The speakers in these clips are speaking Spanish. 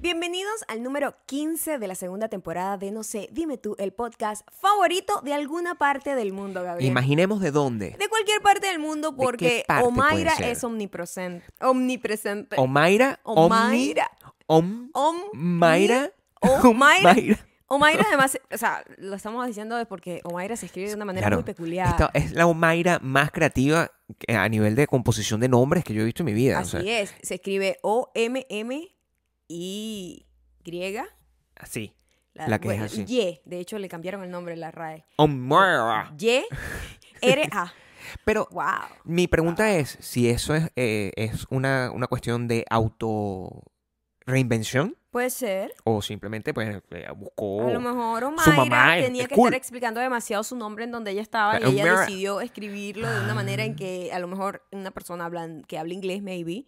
Bienvenidos al número 15 de la segunda temporada de No sé, dime tú, el podcast favorito de alguna parte del mundo, Gabriel. Imaginemos de dónde. de cualquier parte del mundo porque qué parte puede Omaira ser? es omnipresente. Omnipresente. Omaira. Omni- Omaira. Om. Om. Mayra. Omaira. Omaira. Omaira además, o sea, lo estamos diciendo es porque Omaira se escribe de una manera Claro. muy peculiar. Esta es la Omaira más creativa que- a nivel de composición de nombres que yo he visto en mi vida. Así o sea, es, se escribe O M M y griega. así. La que es así. Y, de hecho le cambiaron el nombre a la RAE. Omaira. Y R A. Pero Wow. mi pregunta es si eso es, eh, es una, una cuestión de auto reinvención Puede ser. o simplemente pues eh, buscó A lo mejor Omaira su mamá es- tenía es que cool. estar explicando demasiado su nombre en donde ella estaba y Claro, ella Omaira. Ah. decidió escribirlo de una manera en que a lo mejor una persona hablan- que habla inglés, maybe.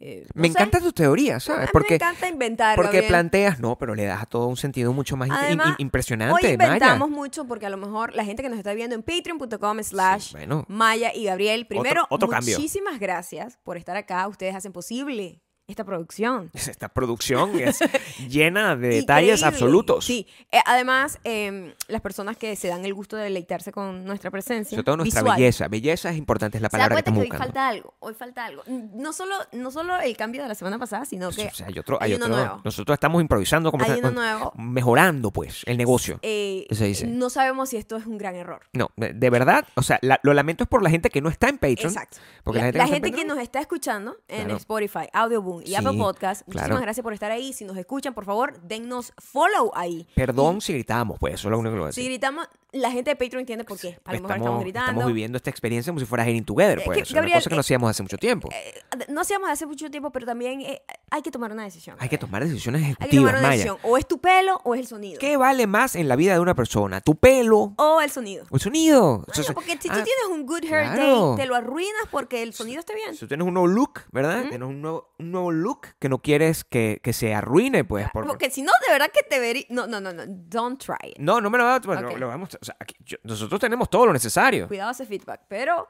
eh, no Me sé. encanta tu teoría, A mí ¿sabes? Porque me encanta inventar. Porque Gabriel. planteas, no, pero le das a todo un sentido mucho más in- in- Además, impresionante, Hoy Maya. inventamos mucho porque a lo mejor la gente que nos está viendo en patreon.com slash Sí, bueno, Maya y Gabriel, primero, otro cambio. muchísimas gracias por estar acá. Ustedes hacen posible esta producción. esta producción es llena de detalles Increíble. absolutos. Sí. Eh, además, eh, las personas que se dan el gusto de deleitarse con nuestra presencia. Sobre todo nuestra visual. belleza. Belleza es importante, es la Se da palabra que cuenta que, estamos hoy buscando. falta algo, hoy falta algo. No solo, no solo el cambio de la semana pasada, sino que O sea, hay otro, hay hay uno otro- nuevo. Nosotros estamos improvisando, como hay está- uno nuevo. mejorando, pues, el negocio. Eh, ¿Qué se dice? No sabemos si esto es un gran error. No, de- de verdad, o sea, la- lo lamento es por la gente que no está en Patreon. Exacto. Porque la, la gente, la no está en gente que Patreon, nos está escuchando en Claro. Spotify, Audioboom y Sí, Apple Podcast, muchísimas claro. gracias por estar ahí. Si nos escuchan, por favor, dennos follow ahí. Perdón si gritamos, pues, eso es lo único que voy a Si decir. gritamos, la gente de Patreon entiende por qué. A lo mejor estamos gritando. viviendo esta experiencia como si fuera Getting Together, Eh, pues, que- eso es una Gabriel, cosa que eh, no hacíamos hace mucho tiempo. Eh, no hacíamos hace mucho tiempo, pero también eh, hay que tomar una decisión. Hay que tomar decisiones eh, Hay que tomar ejecutivas, una Maya. decisión. O es tu pelo o es el sonido. ¿Qué vale más en la vida de una persona? ¿Tu pelo O el sonido. o el sonido? Coño, Entonces, porque si ah, tú tienes un good hair claro. day, te lo arruinas porque el sonido esté bien. si tú tienes un nuevo look, ¿verdad? Tienes un nuevo, un nuevo look que no quieres que, que se arruine, pues. por- Porque si no, de verdad que te vería. No, no, no, no. Don't try it. No, no me lo va a... bueno, Ok. lo vamos a- o sea, aquí- yo- nosotros tenemos todo lo necesario. Cuidado ese feedback. Pero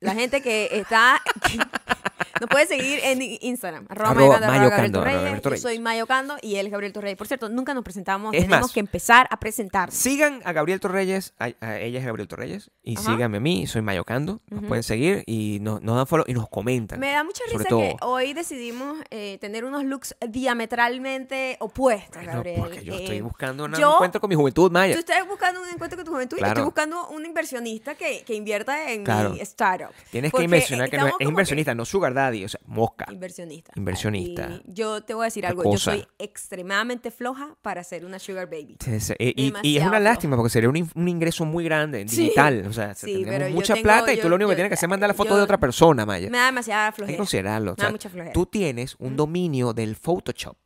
la gente que está. nos puede seguir en Instagram. Arroba, Arroba Mayocando, arroba Mayocando, Gabriel arroba Torreyes. Gabriel Yo Torreyes. soy Mayocando y él es Gabriel Torreyes. Por cierto, nunca nos presentamos. Es Tenemos más- que empezar a presentarnos. Sigan a Gabriel Torreyes, a, a ella es Gabriel Torreyes, y Ajá. síganme a mí, soy Mayocando, nos pueden seguir y nos, nos dan follow y nos comentan. Me da mucha sobre risa todo. que hoy decidimos eh, tener unos looks diametralmente opuestos, Bueno, Gabriel. porque yo estoy Eh, buscando un yo- encuentro con mi juventud, Maya. Tú estás buscando un encuentro con tu juventud y yo estoy Claro. buscando un inversionista que, que invierta en Claro. mi startup. Tienes Porque, que mencionar eh, que no es, estamos es como inversionista, no sugar daddy, o sea, mosca. Inversionista. Inversionista. Y yo te voy a decir Qué algo. cosa. Yo soy extremadamente floja para ser una sugar baby. Sí, sí, eh, y- y- Y, es Demasiado. una lástima porque sería un, in- un ingreso muy grande en Sí. digital. O sea, Sí, tenemos pero yo mucha tengo- plata y yo- tú lo yo- único que tienes que hacer es mandar la foto yo- de otra persona, Maya. Me da demasiada Hay que flojera. considerarlo. o Me da sea, mucha flojera. tú tienes un dominio del Photoshop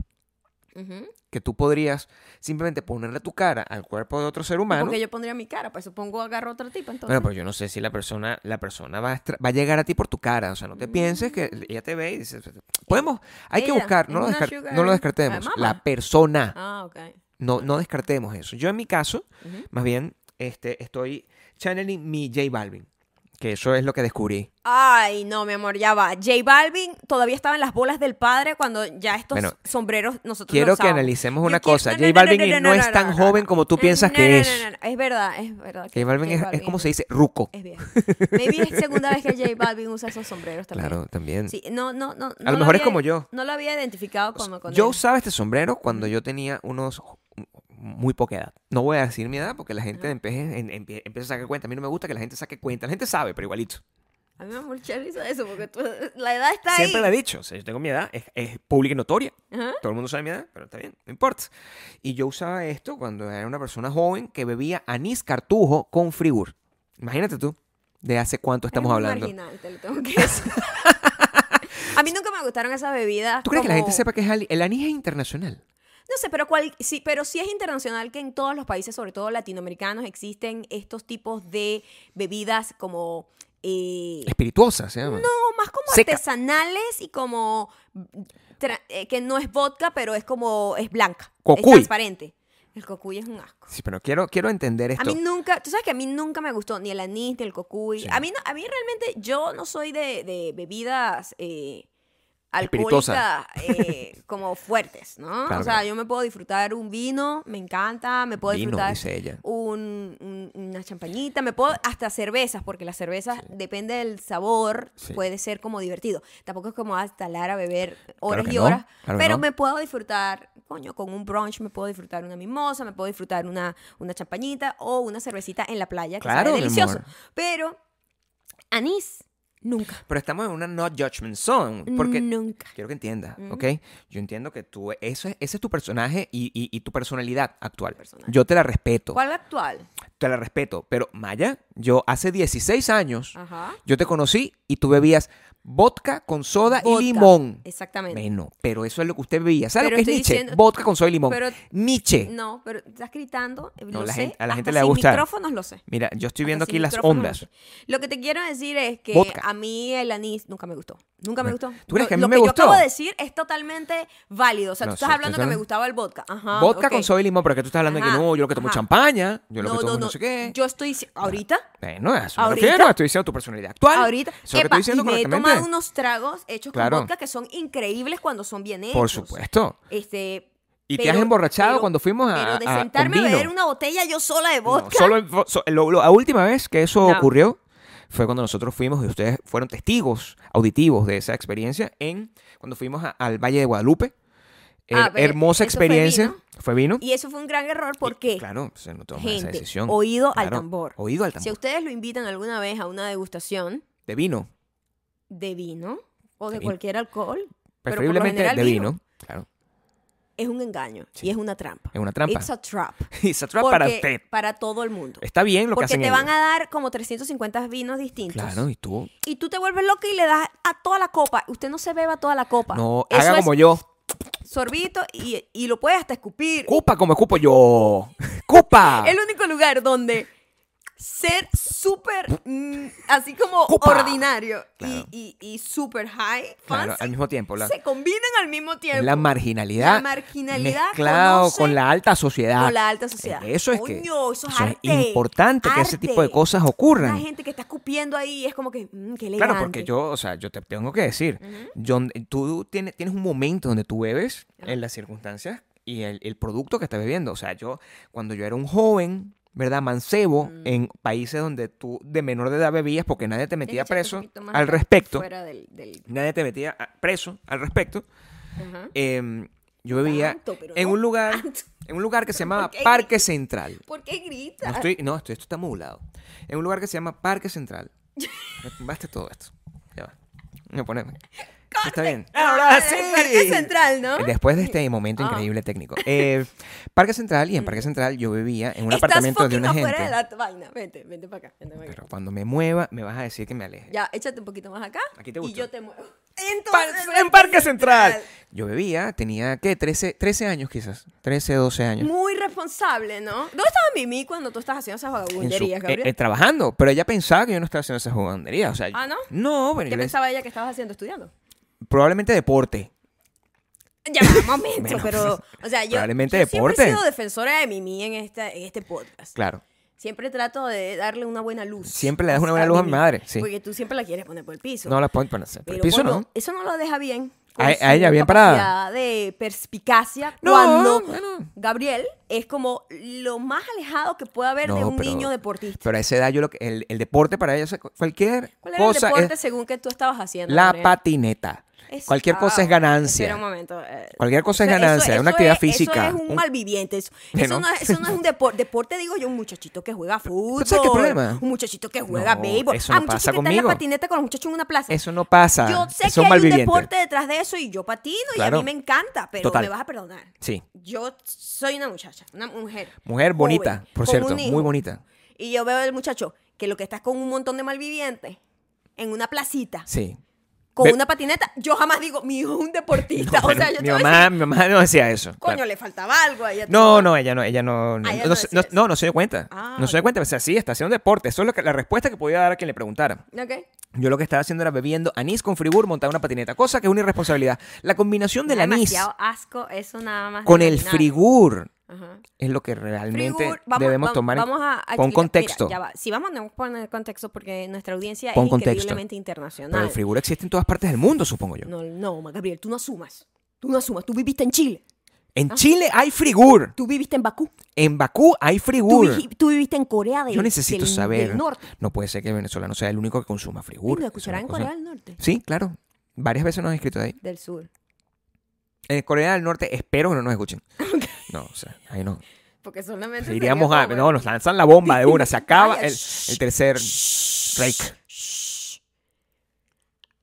Ujú. que tú podrías simplemente ponerle tu cara al cuerpo de otro ser humano. Porque yo pondría mi cara, pues supongo agarro otro tipo entonces. Bueno, pero yo no sé si la persona, la persona va a, estra- va a llegar a ti por tu cara. O sea, no te pienses que ella te ve y dice, podemos, hay que Mm. Ella buscar, es no lo, una descar- sugar no lo descartemos. mama. La persona. Ah, ok. No, no descartemos eso. Yo en mi caso, Ujú. más bien, este, estoy channeling mi J Balvin. Que eso es lo que descubrí. Ay, no, mi amor, ya va. J Balvin todavía estaba en las bolas del padre cuando ya estos Bueno, sombreros nosotros Quiero los que usábamos. analicemos Yo una quiero- cosa. J Balvin no es tan joven como tú No, piensas no, que no, no, es. no, no. Es verdad, es verdad. que J Balvin es, es como se dice ruco. Es viejo. Maybe es segunda vez que J Balvin usa esos sombreros también. Claro, también. Sí, no, no, no. A lo mejor es como yo. yo. No lo había identificado como con Yo él. usaba este sombrero cuando yo tenía unos muy poca edad. No voy a decir mi edad porque la gente empieza, en- empie- empieza a sacar cuenta. A mí no me gusta que la gente saque cuenta. La gente sabe, pero igualito. A mí me da mucha risa eso porque tú- la edad está Siempre la ahí. he dicho. O sea, yo tengo mi edad, es, es pública y notoria. Ajá. Todo el mundo sabe mi edad, pero está bien, no importa. Y yo usaba esto cuando era una persona joven que bebía anís cartujo con frigur. Imagínate tú, de hace cuánto estamos Eres muy hablando. marginal, te lo tengo que decir. A mí nunca me gustaron esas bebidas. ¿Tú crees que la gente como- sepa que es ali- el anís es internacional? No sé, pero cual, sí, pero sí es internacional que en todos los países, sobre todo latinoamericanos, existen estos tipos de bebidas como eh, Espirituosa se llama. no, más como Seca. artesanales y como tra- eh, que no es vodka, pero es como es blanca, Cocuy. es transparente. El cocuy es un asco. Sí, pero quiero, quiero entender A esto. mí nunca, tú sabes que a mí nunca me gustó ni el anís ni el cocuy. Sí. A mí no, a mí realmente yo no soy de, de bebidas eh, Espirituosa. alcohólicas eh, como fuertes, ¿no? Claro, o sea, claro. yo me puedo disfrutar un vino, me encanta, me puedo Vino, disfrutar dice ella. un- un- una champañita, me puedo hasta cervezas, porque las cervezas, depende del sabor, Sí. puede ser como divertido. Tampoco es como instalar a beber horas que y no, horas, claro que pero no. me puedo disfrutar, coño, con un brunch me puedo disfrutar una mimosa, me puedo disfrutar una, una champañita o una cervecita en la playa, que Claro, sabe mi delicioso. amor. Pero anís, nunca, Pero estamos en una no judgment zone. Porque nunca. Mm. quiero que entiendas, ¿ok? Yo entiendo que tú, eso es, ese es tu personaje y, y- y tu personalidad actual. Personaje. Yo te la respeto. ¿Cuál actual? Te la respeto. Pero, Maya, yo hace 16 años, Ajá. yo te conocí y tú bebías vodka con soda Vodka, y limón. Exactamente. Bueno, pero eso es lo que usted bebía. ¿Sabe Pero lo que es estoy Nietzsche? diciendo- vodka con soda y limón. Pero- Nietzsche. No, pero estás gritando. eh, No, lo la sé, gente- a la hasta gente le va a sin gustar. micrófonos lo sé. Mira, yo estoy viendo Hasta Ah, aquí sin las micrófonos lo ondas. sé. Lo que te quiero decir es que Vodka. a mí el anís nunca me gustó. Nunca me gustó. ¿Tú crees Lo- que a mí lo me Yo acabo gustó? de decir es totalmente válido. O sea, No, tú estás sí, hablando que me totalmente. gustaba el vodka. Ajá, Vodka Ah, ok. con soda y limón, pero que tú estás hablando de Ajá, que no, yo lo que tomo es ajá. champaña, yo lo que No, tomo no, es no. no sé qué. Yo estoy dici- ahorita. Bueno, a eso me Ahorita- refiero, estoy diciendo tu personalidad actual. Ahorita, Eso es lo que epa, estoy diciendo y me he correctamente. tomado unos tragos hechos Claro. con vodka que son increíbles cuando son bien hechos. Por supuesto. Este, Y te has emborrachado cuando fuimos a- Pero de a- a- ah, con sentarme a, beber vino. una botella yo sola de No, vodka. solo, en- so- lo- lo- la última vez que eso No. ocurrió fue cuando nosotros fuimos, y ustedes fueron testigos auditivos de esa experiencia, en cuando fuimos a- al Valle de Guadalupe. Ah, Her- pero hermosa eso fue experiencia. vino. Fue vino. Y eso fue un gran error Y, porque, Claro, se no toma esa gente, decisión. oído al Claro, tambor. Oído al Si tambor. ustedes lo invitan alguna vez a una degustación De vino. de vino o de Sí. cualquier alcohol, pero por lo Preferiblemente general de vino. vino. Claro. es un engaño y es una trampa. Es una trampa. It's a trap. Y se atrapa para Porque- usted. Para todo el mundo. Está bien lo que Porque hacen te van ellos. a dar como 350 vinos distintos. Claro, y tú. Y tú te vuelves loca y le das a toda la copa. Usted no se beba toda la copa. No, Eso haga es como yo. sorbito y, y lo puedes hasta escupir. Cupa como escupo yo. Cupa. El único lugar donde ser súper, mm, así como Cupa. ordinario y- Claro. y, y súper high, Claro, fancy, al mismo tiempo. La, se combinan al mismo tiempo. es la marginalidad. La marginalidad Mezclado conoce con la alta sociedad. con la alta sociedad. Ah, Eso es que. Coño, eso es arte, importante que ese arte. tipo de cosas La ocurran. gente que está escupiendo ahí es como que, mm, qué elegante. Claro, porque yo, o sea, yo te tengo que decir, yo- tú tienes, tienes un momento donde tú bebes en las circunstancias y el, el producto que estás bebiendo. O sea, yo, cuando yo era un joven, ¿verdad? Mancebo, Mm. en países donde tú de menor de edad bebías porque nadie te Tienes que metía echarte un preso poquito más al acá, respecto. fuera del- del- Nadie te metía a- preso al respecto. ajá. em, yo bebía Tanto, pero en no un lugar, tanto. en un lugar que se ¿Por llamaba qué? Parque Central. ¿Por qué gritas? No, estoy, no esto, esto está modulado. En un lugar que se llama Parque Central. Me tumbaste todo esto. Ya va. Me pone- Eso Está bien. Ahora sí. Ah, Parque Central, ¿no? Después de este momento Ah. Mm. increíble técnico. Eh, Parque Central, y en Parque Central yo bebía en un Estás apartamento de fucking una gente. afuera de la vaina. Vente, vente para acá. Vente para acá. Pero cuando me mueva, me vas a decir que me aleje. Ya, échate un poquito más acá. Aquí te Y gustó. yo te muevo. Pa- Entonces, en Parque Central. Yo bebía, tenía, ¿qué? 13, 13 años quizás. 13, 12 años. Muy responsable, ¿no? ¿Dónde estaba Mimi cuando tú estabas haciendo esas en su- vagabunderías, Gabriel? eh, eh, trabajando, pero ella pensaba que yo no estaba haciendo esas juganderías. O sea, Ah, ¿no? No, bueno, ¿Qué yo le- pensaba ella que estabas haciendo estudiando? probablemente deporte. Ya, va, un momento, Bueno, pues, pero. O sea, yo. probablemente yo Siempre he deporte. sido defensora de Mimi en, esta, en este podcast. Claro. Siempre trato de darle una buena luz. Siempre le das una buena luz a mi Mimi, madre, sí. Porque tú siempre la quieres poner por el piso. No las pueden poner. Por el Pero, piso coño, no. Eso no lo deja bien. A- con a su ella bien parada. capacidad de perspicacia No, cuando bueno. Gabriel es como lo más alejado que puede haber de No, un pero- niño deportista. Pero a esa edad yo lo que, el, el deporte para ella es cualquier ¿Cuál era cosa el deporte es según que tú estabas haciendo? la Gabriel? patineta. Es- cualquier ah, cosa es bueno, espera ganancia. un momento, eh, Cualquier cosa es eso- ganancia, es una actividad física, Eso es un, un- malviviente. Eso, eso Bueno. no, es- eso no es un deporte. Deporte, digo yo, un muchachito que juega fútbol. sabes qué problema? Un muchachito que juega No, béisbol. eso no ah, muchacho pasa que está en conmigo. la patineta con los muchachos en una plaza. Eso no pasa. Yo sé Eso que es hay un malviviente. deporte detrás de eso y yo patino y a Claro. mí me encanta, pero Total. me vas a perdonar. Sí. Yo soy una muchacha, una mujer. Mujer joven, bonita, por con cierto. un hijo, Muy bonita. Y yo veo al muchacho que lo que está es con un montón de malvivientes en una placita, Sí. con Ve- una patineta. Yo jamás digo, mi hijo es un deportista. o Bueno, sea, yo mi, te voy a mamá, decir, mi mamá no decía eso. coño, claro. le faltaba algo ahí a tu No, mamá". no, ella no, ella no, no, ella no no se- decía no- eso. no, no se dio cuenta. Ah, no se dio ok. cuenta, o sea, sí, está haciendo deporte. Eso es lo que, la respuesta que podía dar a quien le preguntara. ¿Ok? Yo lo que estaba haciendo era bebiendo anís con frigur, montar una patineta, cosa que es una irresponsabilidad. La combinación del anís Demasiado asco, eso nada más. de con el imaginar. frigur Ajá. es lo que realmente Frigur- vamos- debemos vam- tomar en vamos a, a pon explicar- contexto. Mira, ya va. Sí, vamos a poner contexto porque nuestra audiencia Pon es contexto. increíblemente Pero internacional. el frigur existe en todas partes del mundo, supongo yo. No, no, Ma- Gabriel, tú no asumas. Tú no asumas. Tú viviste en Chile. En Chile hay frigur. Tú viviste en Bakú. En Bakú hay Tú, frigur. vivi- tú viviste en Corea del Yo necesito del- saber. Del norte. No puede ser que el venezolano sea el único que consuma frigur. Venga, Eso es escucharán en una cosa- Corea del Norte. Sí, claro. Varias veces nos han escrito de ahí. Del sur. En Corea del Norte espero que no nos escuchen. No, o sea, ahí no. Porque solamente. sería Pues Iríamos a... como- No, nos lanzan la bomba de una. Se acaba Vaya, el, shh, el tercer shh, break. shh.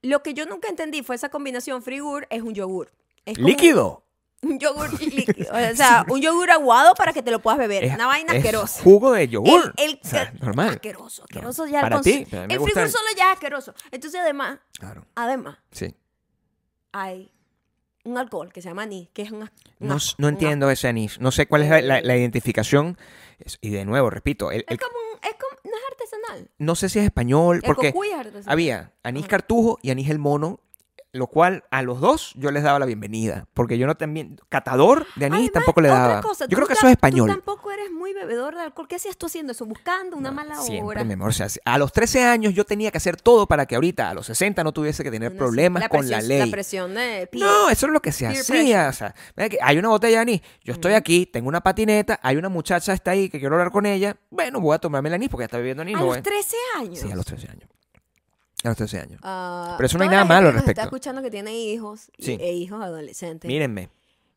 Lo que yo nunca entendí fue esa combinación frigur es un yogur. Es como líquido. Un, un yogur líquido. O sea, un yogur aguado para que te lo puedas beber. Es- Una vaina es asquerosa. Jugo de yogur. El, el- O sea, normal. Asqueroso, No, asqueroso ya el para consu- ti, pero a mí me El gusta frigur el- solo ya es asqueroso. Entonces, además, Claro. además, Sí. hay un alcohol que se llama anís, que es un as- un No, asco, no un entiendo ese anís. No sé cuál es la, la- la identificación. Es- Y de nuevo, repito, el- asco. el- Es como un- es como- no es artesanal. no sé si es español, El porque cocuy es artesanal. había anís Ajá. cartujo y anís el mono, lo cual a los dos yo les daba la bienvenida, porque yo no también, catador de anís Además, tampoco le otra daba. cosa, yo tú creo que ta- eso es Tú español. tampoco eres muy bebedor de alcohol. ¿Qué hacías tú haciendo eso? Buscando una mala Siempre, hora. mi amor. o sea, a los 13 años yo tenía que hacer todo para que ahorita, a los 60, no tuviese que tener Una- problemas con presión- la ley. La presión de pie. No, eso es lo que se Peer hacía. O sea, mira que hay una botella de anís. Yo estoy aquí, tengo una patineta, hay una muchacha está ahí que quiero hablar con ella. Bueno, voy a tomarme el anís porque ya está bebiendo anís. a no los voy- 13 años. Sí, a los 13 años. A los 13 años. Ah, Pero eso no hay toda la nada gente malo que al nos Está respecto. escuchando que tiene hijos y- Sí. e hijos adolescentes. Mírenme.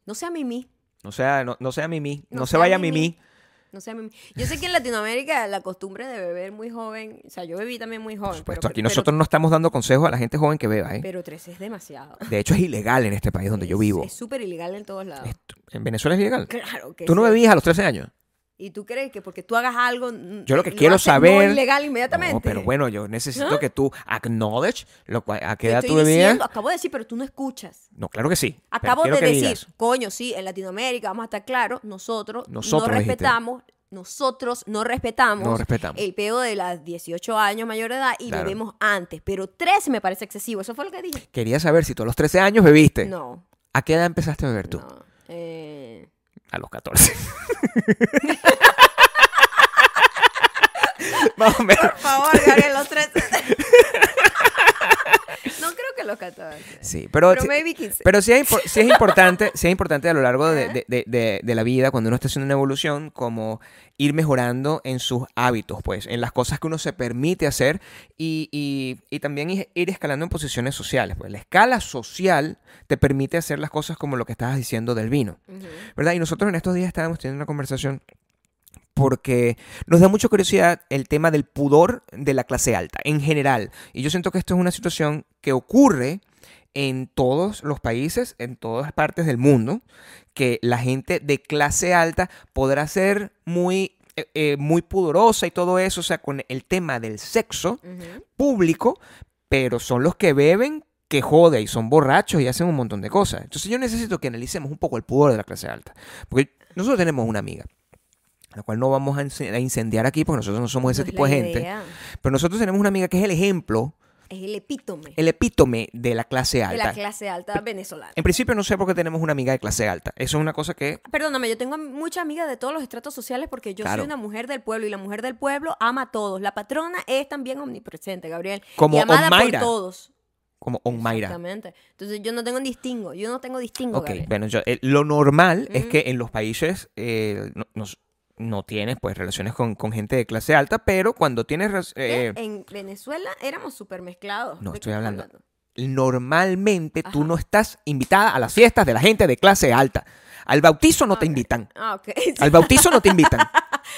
No sea mimí. No sea, no, no sea mimí. No, No se sea vaya mimí. mimí. No sea mimí. Yo sé que en Latinoamérica la costumbre de beber muy joven. O sea, yo bebí también muy joven. Por supuesto, pero- aquí pero- nosotros no estamos dando consejos a la gente joven que beba. ¿eh? Pero 13 es demasiado. De hecho, es ilegal en este país donde yo Es- vivo. Es súper ilegal en todos lados. Esto- En Venezuela es ilegal. Claro que Tú no sí. bebías a los 13 años. ¿Y tú crees que porque tú hagas algo. n- Yo lo que lo quiero haces no saber- ilegal inmediatamente. No, pero bueno, yo necesito ¿Ah? que tú acknowledge lo cual, a qué Te edad estoy tú bebías. diciendo, acabo de decir, pero tú no escuchas. No, claro que sí. pero Acabo quiero de que decir, digas. coño, sí, en Latinoamérica, vamos a estar claros, nosotros, Nosotros, no dijiste. respetamos, nosotros no respetamos, No respetamos. el pedo de las 18 años mayor de edad y Claro. bebemos antes, pero 13 me parece excesivo, eso fue lo que dije. Quería saber si tú a los 13 años bebiste. No, ¿A qué edad empezaste a beber tú? no. eh, A los 14. Más o menos. Por favor, Gabriel, los 13. no creo que los 14. Sí, pero, Pero sí- maybe 15. pero sí, es impor- sí es importante, sí es importante a lo largo de, de- de- de- de la vida, cuando uno está haciendo una evolución, como ir mejorando en sus hábitos, pues, en las cosas que uno se permite hacer y, y- y también ir ir escalando en posiciones sociales. Pues la escala social te permite hacer las cosas como lo que estabas diciendo del vino. Ujú. ¿verdad? Y nosotros en estos días estábamos teniendo una conversación porque nos da mucha curiosidad el tema del pudor de la clase alta en general. Y yo siento que esto es una situación que ocurre en todos los países, en todas partes del mundo, que la gente de clase alta podrá ser muy, eh, eh, muy pudorosa y todo eso, o sea, con el tema del sexo Ujú. público, pero son los que beben que jode y son borrachos y hacen un montón de cosas. Entonces yo necesito que analicemos un poco el pudor de la clase alta. Porque nosotros tenemos una amiga, a la cual no vamos a ince- a incendiar aquí porque nosotros no somos ese No es tipo la de gente. idea. Pero nosotros tenemos una amiga que es el ejemplo, Es el epítome el epítome de la clase de alta. em- la clase alta venezolana. En principio no sé por qué tenemos una amiga de clase alta. Eso es una cosa que... Perdóname, yo tengo am- muchas amigas de todos los estratos sociales porque yo Claro. soy una mujer del pueblo y la mujer del pueblo ama a todos. La patrona es también omnipresente, Gabriel. Como y amada Omaira. por todos. Como Onmaira. Exactamente. Entonces yo no tengo distingo, yo no tengo distingo. Ok, Gabriel. bueno, yo- eh, lo normal es Ujú. que en los países eh, no, nos- no tienes pues relaciones con, con gente de clase alta, pero cuando tienes... res- ¿Qué? eh, en Venezuela éramos súper mezclados. No, ¿De qué estoy estás hablando- normalmente tú Ajá. no estás invitada a las fiestas de la gente de clase alta. Al bautizo no te Ok. invitan. Ah, ok. Al bautizo no te invitan.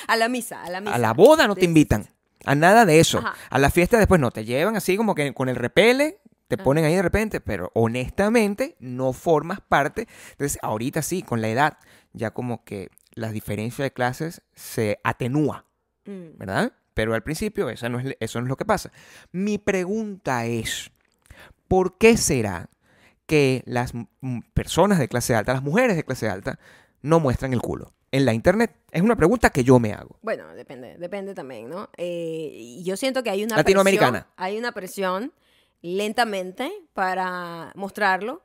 a la misa, a la misa. A la boda no Sí, sí, te invitan. sí. A nada de eso. Ajá. A la fiesta después no. Te llevan así como que con el repele. Te Ajá. ponen ahí de repente, pero honestamente no formas parte. Entonces, ahorita sí, con la edad, ya como que la diferencia de clases se atenúa, Mm. ¿verdad? Pero al principio esa no es- eso no es lo que pasa. Mi pregunta es, ¿por qué será que las m- m- personas de clase alta, las mujeres de clase alta, no muestran el culo en la internet? Es una pregunta que yo me hago. Bueno, depende, depende también, ¿no? Eh, y yo siento que hay una Latinoamericana. presión, hay una presión lentamente para mostrarlo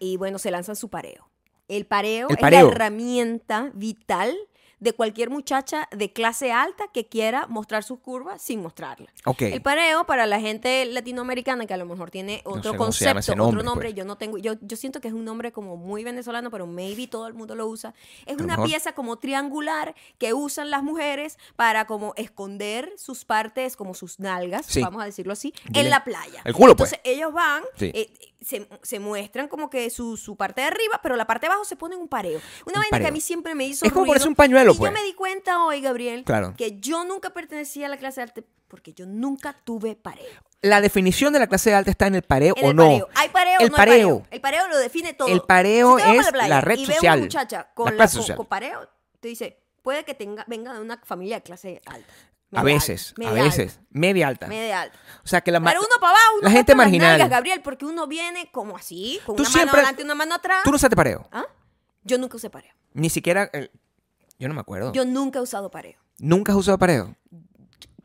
y bueno, se lanzan su pareo. El pareo El es pareo. la herramienta vital de cualquier muchacha de clase alta que quiera mostrar sus curvas sin mostrarla. Ok. El pareo para la gente latinoamericana que a lo mejor tiene otro sé cómo se llama concepto, ese nombre, otro nombre, pues. yo no tengo, yo, yo siento que es un nombre como muy venezolano, pero maybe todo el mundo lo usa. Es lo una mejor. pieza como triangular que usan las mujeres para como esconder sus partes, como sus nalgas, Sí. vamos a decirlo así, Dile- en la playa. el culo, pues. Entonces ellos van, Sí. eh, se, se muestran como que su, su parte de arriba, pero la parte de abajo se pone en un pareo. Una Un vaina que pareo. a mí siempre me hizo Es como ruido, ponerse un pañuelo, y pues. yo me di cuenta hoy, Gabriel, Claro. que yo nunca pertenecía a la clase de arte porque yo nunca tuve pareo. La definición de la clase alta está en el pareo En o el no. pareo. Hay pareo, El no hay pareo. pareo. El pareo lo define todo. El pareo Si usted va es para playa la red y ve social, una muchacha con, la la- clase con- social. con pareo, te dice, puede que tenga, venga de una familia de clase alta. A media veces, alta, a media alta, veces. Media alta. media alta. O sea, que la ma- Pero uno para abajo, uno la muestra gente las marginal. nalgas, Gabriel, porque uno viene como así, con Tú una siempre- mano adelante y una mano atrás. Tú no usaste pareo. ¿Ah? Yo nunca usé pareo. Ni siquiera. el- Yo no me acuerdo. Yo nunca he usado pareo. Nunca has usado pareo.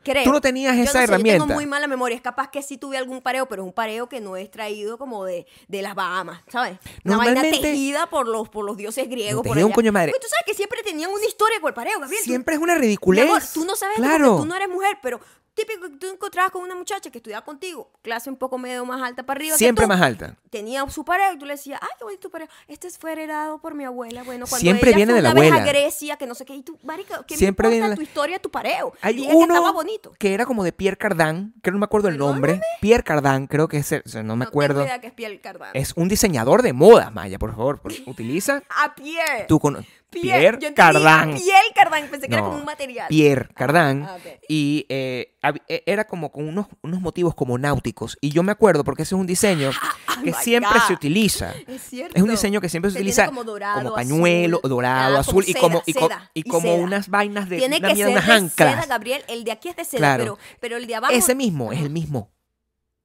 Creo. Tú no tenías Yo esa no sé, Yo herramienta. tengo muy mala memoria. Es capaz que sí tuve algún pareo, pero un pareo que no es traído como de, de las Bahamas, ¿sabes? Una vaina Normalmente- tejida por los, por los dioses griegos. por tejido un allá. coño de madre. Oye, Tú sabes que siempre tenían una historia con el pareo, Gabriel. Tú- Siempre es una mi ridiculez. amor, tú no sabes esto porque Claro. tú no eres mujer, pero típico que tú encontrabas con una muchacha que estudiaba contigo, clase un poco medio más alta para arriba. que Siempre tú, más alta. Tenía su pareo y tú le decías, ay, qué bonito tu pareo. Este fue heredado por mi abuela. Bueno, cuando Siempre ella viene fue de la una vez a abuela. Grecia, que no sé qué. Y tú, marica, ¿qué Siempre me viene importa la- tu historia, tu pareo? Hay Dije que uno estaba bonito. que era como de Pierre Cardin, que no me acuerdo el nombre. Pierre Cardin, creo que es el- o sea, no me No acuerdo. tengo idea que es piel cardán. Es un diseñador de modas, Maya, por favor. por- Utiliza A piel. tú con Piel. Pierre, Yo entendí Cardin. Piel cardán. Pensé que era No, como un material. Pierre Cardin. Ah, ok. Y eh, hab- e- era como con unos, unos motivos como náuticos. Y yo me acuerdo porque ese es un diseño oh que my siempre se God. utiliza. Es cierto. Es un diseño que siempre se Que tiene utiliza como dorado, pañuelo, azul. dorado, Ah, como azul y como, seda, y co- seda, y y como seda. unas vainas de Tiene una que mierda, ser unas de seda, anclas. Gabriel. El de aquí es de seda, Claro. pero, pero el de abajo Ah. Ese mismo, es el mismo.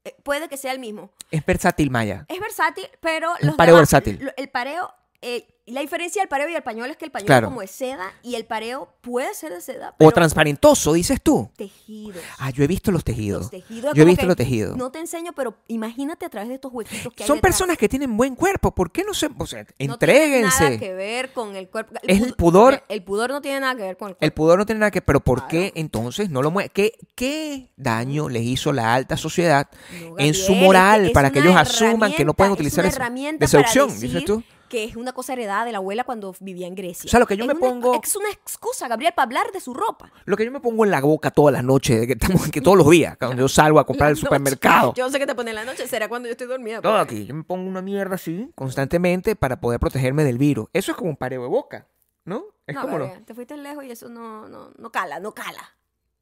eh, puede que sea el mismo. Es versátil, Maya. Es versátil, pero Un los pareo demás- versátil. lo- El pareo, eh, la diferencia del pareo y el pañuelo es que el pañuelo Claro. como es seda y el pareo puede ser de seda, O pero transparentoso, dices tú. tejidos. Ah, yo he visto los tejidos. Los tejidos. yo he como visto que los tejidos. No te enseño, pero imagínate a través de estos huequitos que hay Son detrás. personas que tienen buen cuerpo. ¿Por qué no se.? O sea, No tiene entréguense. nada que ver con el cuerpo. Es el pu- pudor. mira, El pudor no tiene nada que ver con el El cuerpo. pudor no tiene nada que pero ¿por qué entonces no lo mueve? ¿Qué, qué daño les hizo la alta sociedad No, en su Gabriel, es moral es para que una ellos asuman que no pueden herramienta, utilizar es eso? una herramienta De seducción, para dices decir tú. Que es una cosa heredada de la abuela cuando vivía en Grecia. O sea, lo que yo Es me una- pongo- Es una excusa, Gabriel, para hablar de su ropa. Lo que yo me pongo en la boca todas las noches, que, estamos, que todos los días, cuando yo salgo a comprar La al noche. supermercado. Yo sé que te pone en la noche, será cuando yo estoy dormida. Todo pero- aquí, yo me pongo una mierda así constantemente para poder protegerme del virus. Eso es como un pareo de boca, ¿no? Es No, como lo- Gabriel, te fuiste lejos y eso no, no, no cala, no cala.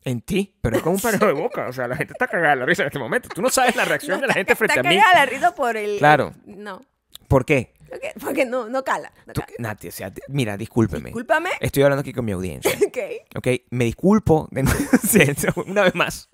en ti, pero es como un pareo de boca. O sea, la gente está cagada de la risa en este momento. Tú no sabes la reacción de la gente Está frente a mí. cagada la risa por el... Claro. No, ¿Por qué? porque, porque no, no cala. no Tú- eh, cala. Nati, o sea, di- mira, discúlpeme. Discúlpame. Estoy hablando aquí con mi audiencia. Ok. ¿Ok? Me disculpo de- sí, una vez más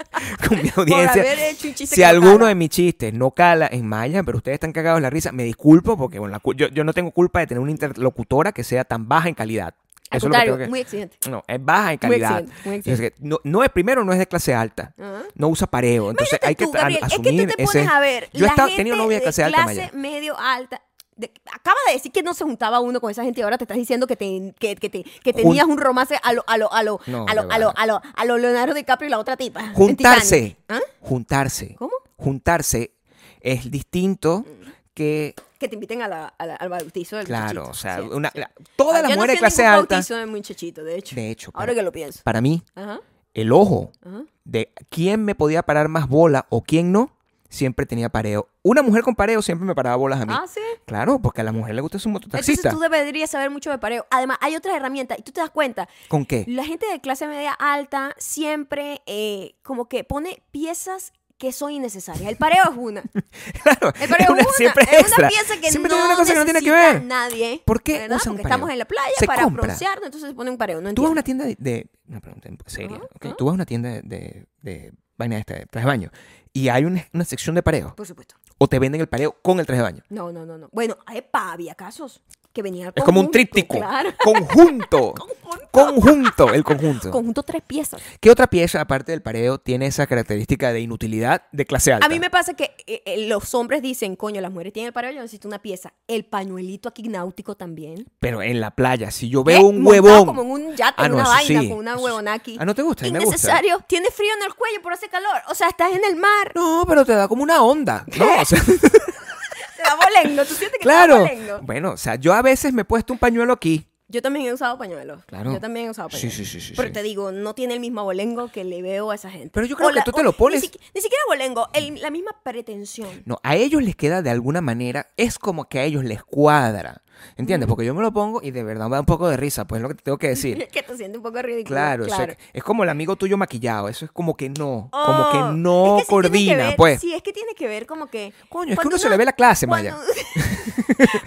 con mi audiencia. haber hecho un chiste si que no alguno cala. de mis chistes no cala en maya, pero ustedes están cagados de la risa, me disculpo porque bueno, la cu- yo, yo no tengo culpa de tener una interlocutora que sea tan baja en calidad. Al Eso es lo que contrario, tengo que... muy exigente. No, es baja en calidad. exigente, muy exigente. Es que no, no es primero, no es de clase alta. Ajá. No usa pareo. Entonces Imagínate hay que tú, a- Gabriel, es que asumir tú te pones ese- a ver. Yo he la estado- he gente tenido novia de clase alta maya. medio alta. de- acaba de decir que no se juntaba uno con esa gente y ahora te estás diciendo que, te- que, que te- que tenías un romance a lo, a lo, a lo, No, a lo, qué a lo, va. a lo, a lo Leonardo DiCaprio y la otra tipa. en Juntarse. Titanic. ¿Ah? Juntarse. ¿Cómo? Juntarse es distinto que, Que te inviten a la, a la- al bautizo del claro, muchachito, o sea, sí. una- la- todas Ah, las yo no mujeres de fui a clase ningún alta, bautizo de muchachito, de hecho. de hecho, pues. ahora para- que lo pienso. para mí, Ajá. el ojo Ajá. de quién me podía parar más bola o quién no, siempre tenía pareo. Una mujer con pareo siempre me paraba bolas a mí. Ah, sí. Claro, porque a la mujer le gusta su mototaxista. Entonces tú deberías saber mucho de pareo. Además, hay otras herramientas y tú te das cuenta ¿Con qué? La gente de clase media alta siempre eh, como que pone piezas que son innecesarias. El pareo es una. Claro, El pareo es es una- una. siempre es extra. una pieza que Siempre no tiene una cosa que no tiene que necesita ver. nadie. ¿Por qué ¿verdad? usan Porque pareo? estamos en la playa Se para compra. broncearnos, entonces se pone un pareo. No Tú vas a entiendo. una tienda de, de- una pregunta seria, Ajá, ¿ok? ajá. Tú vas a una tienda de, de, de vaina esta de traje de baño y hay una, una sección de pareo Por supuesto. o te venden el pareo con el traje de baño. No, no, no, no. Bueno, epa, había casos. que venía al Es como un conjunto, tríptico. claro. Conjunto. Conjunto, el conjunto. Conjunto tres piezas. ¿Qué otra pieza, aparte del pareo, tiene esa característica de inutilidad de clase alta? A mí me pasa que eh, eh, los hombres dicen, coño, las mujeres tienen el pareo, yo necesito una pieza. El pañuelito aquí náutico también. Pero en la playa, si yo veo ¿Eh? un Montado huevón. como en un yate, Ah, en no, una eso vaina, sí. con una Eso- huevona aquí. Ah, no te gusta, a mí me gusta. Innecesario. Tienes frío en el cuello, pero hace calor. O sea, estás en el mar. No, pero te da como una onda. No, o sea, Te da bolengo. Tú sientes que te claro. da bolengo. Bueno, o sea, yo a veces me he puesto un pañuelo aquí. Yo también he usado pañuelos. Claro. Yo también he usado Sí, pañuelos. sí, sí, sí, Pero sí. te digo, no tiene el mismo bolengo que le veo a esa gente. Pero yo creo O que la- tú te o- lo ni pones- siqui- Ni, siquiera bolengo, el- la misma pretensión. No, a ellos les queda de alguna manera, es como que a ellos les cuadra. Mm. ¿Entiendes? Porque yo me lo pongo y de verdad me da un poco de risa, pues es lo que te tengo que decir. que te siente un poco ridículo. Claro, o sea, es como el amigo tuyo maquillado, eso es como que no, como Oh, que no es que sí tiene que coordina, ver- pues. Sí, es que tiene que ver como que. Coño, es que cuando uno se le ve la clase, Maya. Cuando,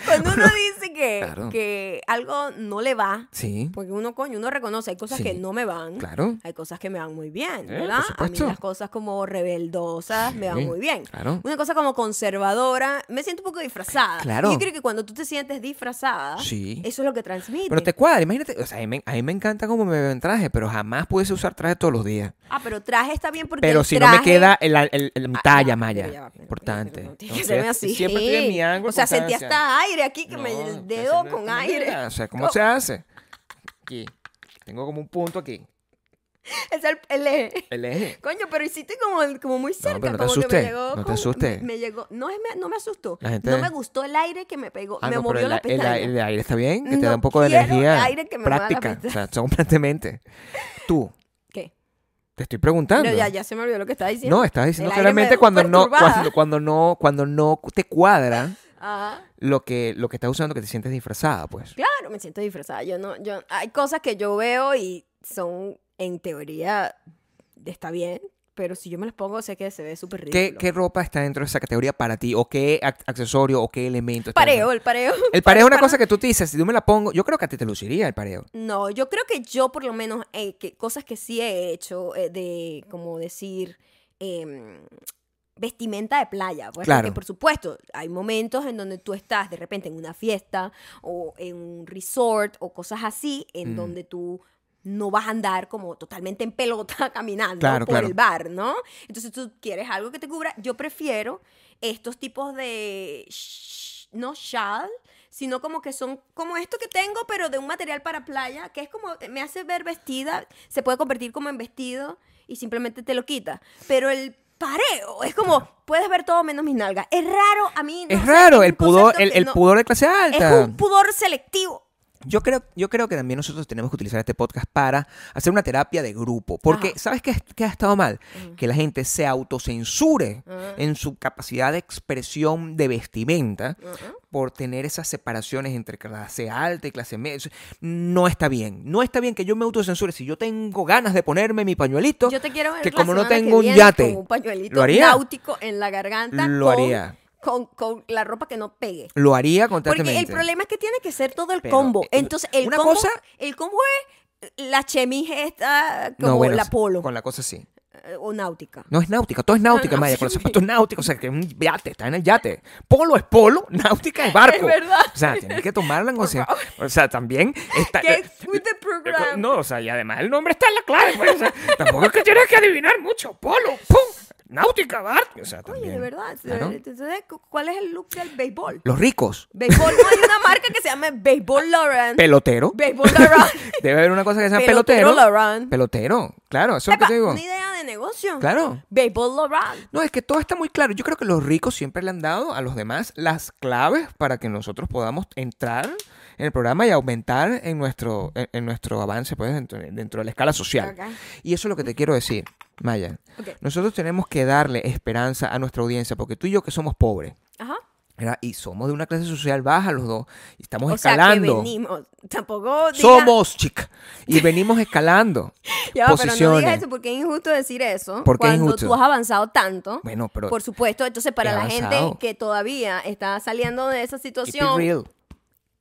cuando uno dice que, Claro. que algo no le va, Sí, porque uno, coño, uno reconoce, hay cosas Sí. que no me van. claro. Hay cosas que me van muy bien, Eh, ¿verdad? por A mí supuesto. las cosas como rebeldosas me van Sí, muy bien. claro. Una cosa como conservadora, me siento un poco disfrazada. Claro. Y Yo creo que cuando tú te sientes disfrazada, Sí. eso es lo que transmite. Pero te cuadra, imagínate, o sea, a mí, me, a mí me encanta cómo me ven traje, pero jamás pudiese usar traje todos los días. Ah, pero traje está bien porque Pero el si no me traje- queda el, el- el- mi Ah, talla, ya va, Maya. pero ya va, pero- Importante. pero no tiene que Entonces, serme así. Siempre estoy en mi ángulo. O sea, constante. sentí hasta aire aquí, que me No, el pero dedo si no- con no, aire. mira, O sea, ¿cómo Oh. se hace? Aquí. Tengo como un punto aquí. Es el, el eje. El eje. Coño, pero hiciste como, como muy cerca. pero no te como que me asustes, llegó no te con- asustes. Me, me llegó. No, es- me- no me asustó. La gente- No me gustó el aire que me pegó. Ah, me no, pero movió el, la el- pestaña. el aire está bien, que te No da un poco de quiero energía aire que me mueva la práctica. O pestaña. sea, constantemente. Tú, ¿Qué? te estoy preguntando. Pero ya, ya se me olvidó lo que estaba diciendo. No, estás diciendo El aire me claramente dejó cuando no, perturbada. cuando, cuando no, cuando no te cuadra Ah, lo que, lo que estás usando, que te sientes disfrazada, pues. claro, me siento disfrazada. Yo no, yo, hay cosas que yo veo y son, en teoría, está bien. Pero si yo me las pongo, sé que se ve súper ¿Qué, ridículo. qué ropa está dentro de esa categoría para ti? ¿O qué ac- accesorio o qué elemento? está Pareo, dentro? el pareo. El pareo es una cosa que tú te dices, si tú me la pongo, yo creo que a ti te luciría el pareo. No, yo creo que yo por lo menos eh, que cosas que sí he hecho eh, de como decir em, vestimenta de playa, pues, Claro. porque por supuesto hay momentos en donde tú estás de repente en una fiesta o en un resort o cosas así en Mm. donde tú no vas a andar como totalmente en pelota caminando Claro, por claro. el bar, ¿no? Entonces tú quieres algo que te cubra. Yo prefiero estos tipos de sh- no shal, sino como que son como esto que tengo, pero de un material para playa, que es como me hace ver vestida, se puede convertir como en vestido y simplemente te lo quita. Pero el pareo es como puedes ver todo menos mis nalgas. Es raro a mí. no es sé, raro, un el pudor, concepto el, que el no- pudor de clase alta. Es un pudor selectivo. Yo creo, yo creo que también nosotros tenemos que utilizar este podcast para hacer una terapia de grupo. Porque, Ajá. ¿sabes qué, qué ha estado mal? Mm. Que la gente se autocensure en su capacidad de expresión de vestimenta por tener esas separaciones entre clase alta y clase media. Eso No está bien. No está bien que yo me autocensure. Si yo tengo ganas de ponerme mi pañuelito, Yo te quiero ver que la como no semana que tengo un viene yate, con un pañuelito ¿lo haría? náutico en la garganta. Lo con- haría. Con, con la ropa que no pegue. lo haría constantemente. Porque el problema es que tiene que ser todo el Pero, combo. eh, Entonces, el una combo, cosa- el combo es la chemis esta como No, bueno, la sí, polo Con la cosa así. eh, o náutica. No es náutica, todo es náutica, no, Maya, sí, con los Ah, sí. zapatos náuticos, o sea, que es un yate, está en el yate. Polo es polo, náutica es barco. verdad. O sea, tienes que tomarla en consideración. O sea, también está... Get with the program. Ah, eh, No, o sea, y además el nombre está en la clave, pues, o sea, tampoco es que tienes que adivinar mucho. Polo, pum, náutica, barco. O sea, Oye, también. Ah, de verdad. se- Claro. Entonces, cu- ¿cuál es el look del béisbol? Los ricos, Béisbol no hay una marca que se llame Béisbol Laurent. pelotero. Béisbol Laurent. Debe haber una cosa que se llama Pelotero pelotero. Laurent. Pelotero, claro, eso es lo que te Epa, digo. Una idea de negocio. Claro. Béisbol Laurent. No, es que todo está muy claro. Yo creo que los ricos siempre le han dado a los demás las claves para que nosotros podamos entrar en el programa y aumentar en nuestro, en, en nuestro avance pues, dentro, dentro de la escala social. Ok. Y eso es lo que te quiero decir, Maya. Ok. Nosotros tenemos que darle esperanza a nuestra audiencia, porque tú y yo que somos pobres, Ajá. ¿verdad? y somos de una clase social baja los dos, y estamos O sea, que escalando. venimos. Tampoco diga- somos, chica, y venimos escalando. Ya, va, pero no digas posiciones. eso porque es injusto decir eso. ¿Por qué es cuando injusto? tú has avanzado tanto. Bueno, pero Por supuesto, entonces para He la avanzado. gente que todavía está saliendo de esa keep it situación, real.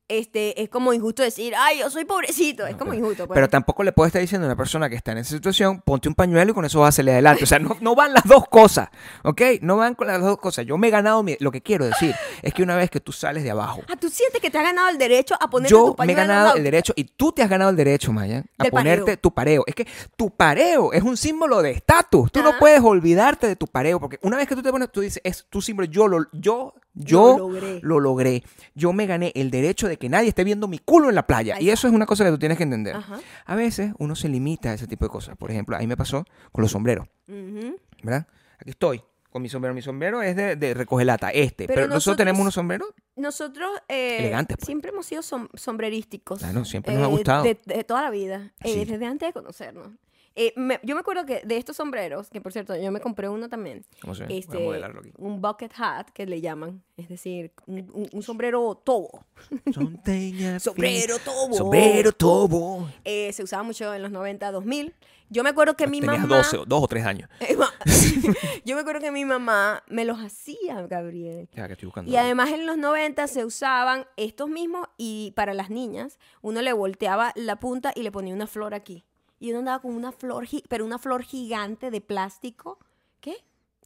este, es como injusto decir, ay, yo soy pobrecito, es como injusto. pues. Pero tampoco le puedo estar diciendo a una persona que está en esa situación, ponte un pañuelo y con eso vas hacia adelante. O sea, no, no van las dos cosas, ¿ok? No van con las dos cosas. Yo me he ganado mi- lo que quiero decir es que una vez que tú sales de abajo, Ah, tú sientes que te has ganado el derecho a ponerte yo tu me he pañuelo en ganado la- el derecho y tú te has ganado el derecho, Maya, a Del ponerte pareo. tu pareo. Es que tu pareo es un símbolo de estatus. Tú no Ajá. puedes olvidarte de tu pareo porque una vez que tú te pones, tú dices, es tu símbolo. Yo lo, yo, yo Lo logré. lo logré. Yo me gané el derecho de que nadie esté viendo mi culo en la playa. Ahí Y eso es una cosa que tú tienes que entender. Ajá. A veces uno se limita a ese tipo de cosas. Por ejemplo, ahí me pasó con los sombreros, Ujú. ¿verdad? Aquí estoy con mi sombrero. Mi sombrero es de, de recogelata, este. Pero, Pero nosotros, nosotros- tenemos unos sombreros. Nosotros eh, Elegantes, pues. siempre hemos sido som- sombrerísticos. Claro, siempre nos ha eh, gustado. De, de toda la vida, eh, Sí. desde antes de conocernos. Eh, me- yo me acuerdo que de estos sombreros, que por cierto, yo me compré uno también. ¿Cómo se ve? Voy a Este, modelarlo aquí. un bucket hat que le llaman, es decir, un, un- un sombrero tobo. Sombrero Sombrero tobo. Sombrero tobo. Eh, se usaba mucho en los 90, 2000. Yo me acuerdo que mi Tenías mamá... 12, o- dos o tres años. Eh, ma- yo me acuerdo que mi mamá me los hacía, Gabriel. Ya que estoy buscando. Y además en los 90 se usaban estos mismos y para las niñas uno le volteaba la punta y le ponía una flor aquí. Y uno andaba con una flor, gi- pero una flor gigante de plástico. ¿Qué?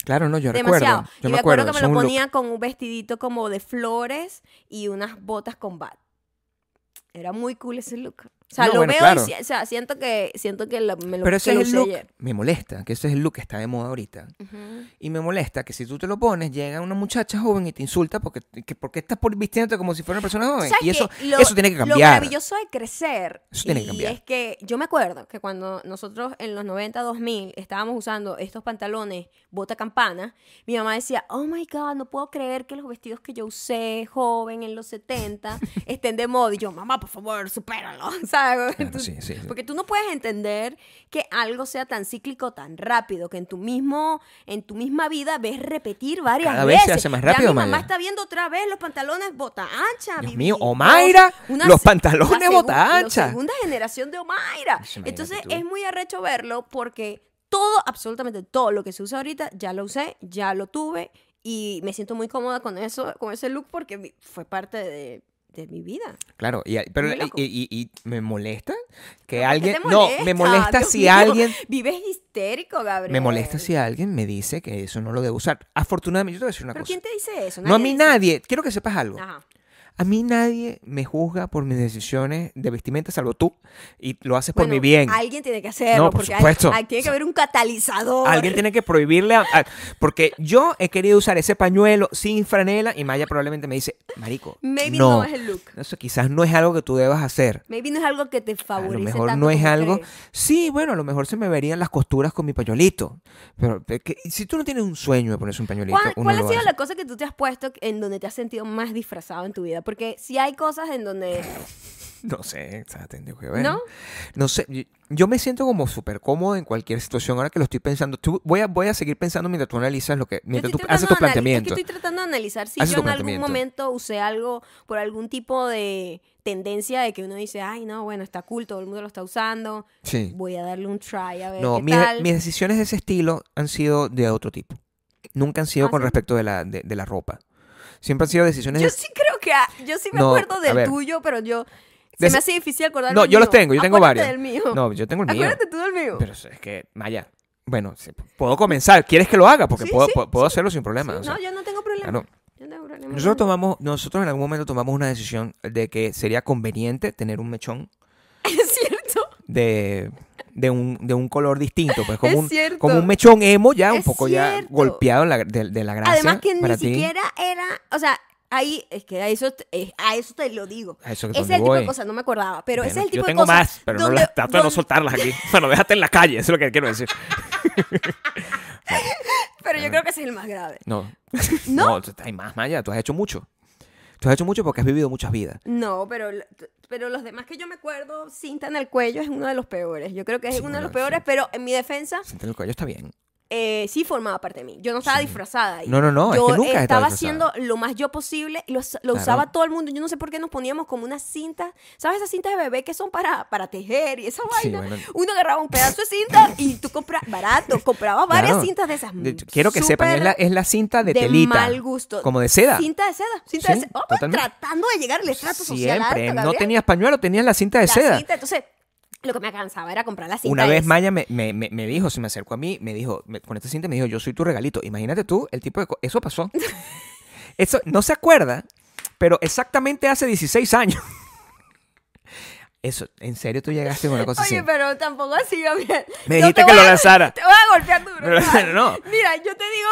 Claro, no, yo Demasiado. recuerdo. Yo Yo me acuerdo, que me eso es lo un look. ponía con un vestidito como de flores y unas botas con bat. Era muy cool ese look. O sea, No, lo bueno, veo claro. y si- o sea, siento que, siento que la- me lo Pero ese que lo es el usé look. ayer. Me molesta que ese es el look que está de moda ahorita. Ujú. Y me molesta que si tú te lo pones, llega una muchacha joven y te insulta porque, que, porque estás por vistiéndote como si fuera una persona joven. ¿Sabes Y eso, qué? Lo- eso tiene que Lo cambiar. maravilloso de crecer. Eso tiene que y cambiar. es que yo me acuerdo que cuando nosotros en los 90, 2000 estábamos usando estos pantalones bota campana, mi mamá decía, oh my God, no puedo creer que los vestidos que yo usé joven en los 70 estén de moda. Y yo, mamá, por favor, supéralo. ¿Sabes? Claro, Tú- sí, sí, sí. Porque tú no puedes entender que algo sea tan cíclico, tan rápido, que en tu mismo, en tu misma vida ves repetir varias Cada vez veces. se hace más rápido, ya mi mamá Maya. está viendo otra vez los pantalones bota ancha, Dios Vivi, mío, dos, Omaira, los se- pantalones la segun- bota la ancha. segunda generación de Omaira. Pues imagínate Entonces tú. es muy arrecho verlo porque todo, absolutamente todo lo que se usa ahorita, ya lo usé, ya lo tuve y me siento muy cómoda con eso, con ese look porque mi- fue parte de, de mi vida. Claro, y, pero, Muy y, loco. y- y- y me molesta que ¿Por qué alguien. te No, me molesta Dios si mío, alguien. Vives histérico, Gabriel. Me molesta si alguien me dice que eso no lo debo usar. Afortunadamente, yo te voy a decir una ¿Pero cosa. quién te dice eso? No a mí dice- nadie. Quiero que sepas algo. Ajá. A mí nadie me juzga por mis decisiones de vestimenta, salvo tú. Y lo haces por Bueno, mi bien. Alguien tiene que hacerlo. No, por porque hay- supuesto. hay- tiene que haber un catalizador. Alguien tiene que prohibirle a- a- Porque yo he querido usar ese pañuelo sin franela y Maya probablemente me dice, marico, Maybe no. no es el look. Eso quizás no es algo que tú debas hacer. Maybe no es algo que te A favorece lo mejor tanto no es como algo... crees. Sí, bueno, a lo mejor se me verían las costuras con mi pañuelito. Pero es que si tú no tienes un sueño de ponerse un pañuelito... ¿Cuál, uno cuál lo ha hace. sido la cosa que tú te has puesto en donde te has sentido más disfrazado en tu vida? Porque si hay cosas en donde... No sé, o sea, tendría que ver. ¿No? No sé, yo- yo me siento como súper cómodo en cualquier situación ahora que lo estoy pensando. Tú- voy, a, voy a seguir pensando mientras tú analizas lo que... Yo Mientras tú estoy tratando haces tu de anali- planteamiento. Es que estoy tratando de analizar si Haces yo tu en algún planteamiento. momento usé algo por algún tipo de tendencia de que uno dice, ay, no, bueno, está cool, todo el mundo lo está usando. Sí. Voy a darle un try a ver No, qué mis, tal. mis decisiones de ese estilo han sido de otro tipo. Nunca han sido Ah, con ¿sí? respecto de la, de, de la ropa. Siempre han sido decisiones... Yo de- sí creo que... a- Yo sí me No, acuerdo a del ver. tuyo, pero yo... De Se me hace ese- difícil acordarme No, del yo los mío. tengo, yo tengo Acuérdate varios. del mío. No, yo tengo el mío. Acuérdate tú del mío. Pero es que, Maya, bueno, sí, puedo comenzar. ¿Quieres que lo haga? Porque Sí, puedo, sí, puedo- puedo sí. hacerlo sin problema. o sea, no, yo no tengo problema. claro. Yo no tengo problema. Nosotros tomamos, nosotros en algún momento tomamos una decisión de que sería conveniente tener un mechón Es cierto. de, de, un, de un color distinto, pues Es como, un, cierto. como un mechón emo ya, un Es poco ya cierto. golpeado en la- de, de la gracia. Además que para ni ti. siquiera era, o sea, ahí es que a eso te- eh, a eso te lo digo. A eso que Ese es donde el tipo de voy. cosas, no me acordaba, pero ese es Bueno, el tipo yo de tengo cosas. más, pero no donde- las, trato de no donde- soltarlas aquí. Bueno, déjate en la calle, eso es lo que quiero decir. Pero yo creo que ese es el más grave. No. ¿No? tú- hay más, Maya, tú has hecho mucho. Tú has hecho mucho porque has vivido muchas vidas. No, pero, pero los demás que yo me acuerdo, cinta en el cuello es uno de los peores. Yo creo que es Sí, uno de los bueno, sí. peores, pero en mi defensa Siente el cuello, está bien. eh, sí formaba parte de mí. Yo no estaba disfrazada. ahí. No, no, no, es Yo que nunca he estado estaba disfrazada. haciendo lo más yo posible y lo, lo Claro. usaba todo el mundo. Yo no sé por qué nos poníamos como unas cintas. ¿Sabes esas cintas de bebé que son para, para tejer y esa Sí, vaina? bueno. Uno agarraba un pedazo de cinta y tú comprabas barato. Comprabas varias Claro. cintas de esas. De- Quiero que sepan, es súper la, es la cinta de, de telita. mal gusto. Como de seda. Cinta de seda. Cinta Sí, de seda. Oh, pues, totalmente. tratando de llegar al estrato social alto, Siempre. no Gabriel. tenías pañuelo, tenías la cinta de La seda. cinta, Entonces, lo que me cansaba era comprar la cinta Una vez esa. Maya me, me- me- me dijo, se me acercó a mí, me dijo, me- con esta cinta me dijo, yo soy tu regalito. Imagínate tú el tipo de... co- Eso pasó. Eso no se acuerda, pero exactamente hace 16 años. Eso, ¿en serio tú llegaste con una cosa Oye, así? pero tampoco así, Gabriel. Me Yo dijiste te que voy lo a- lanzara. Te voy a golpear duro. Pero, ¿sabes? no. Mira, yo te digo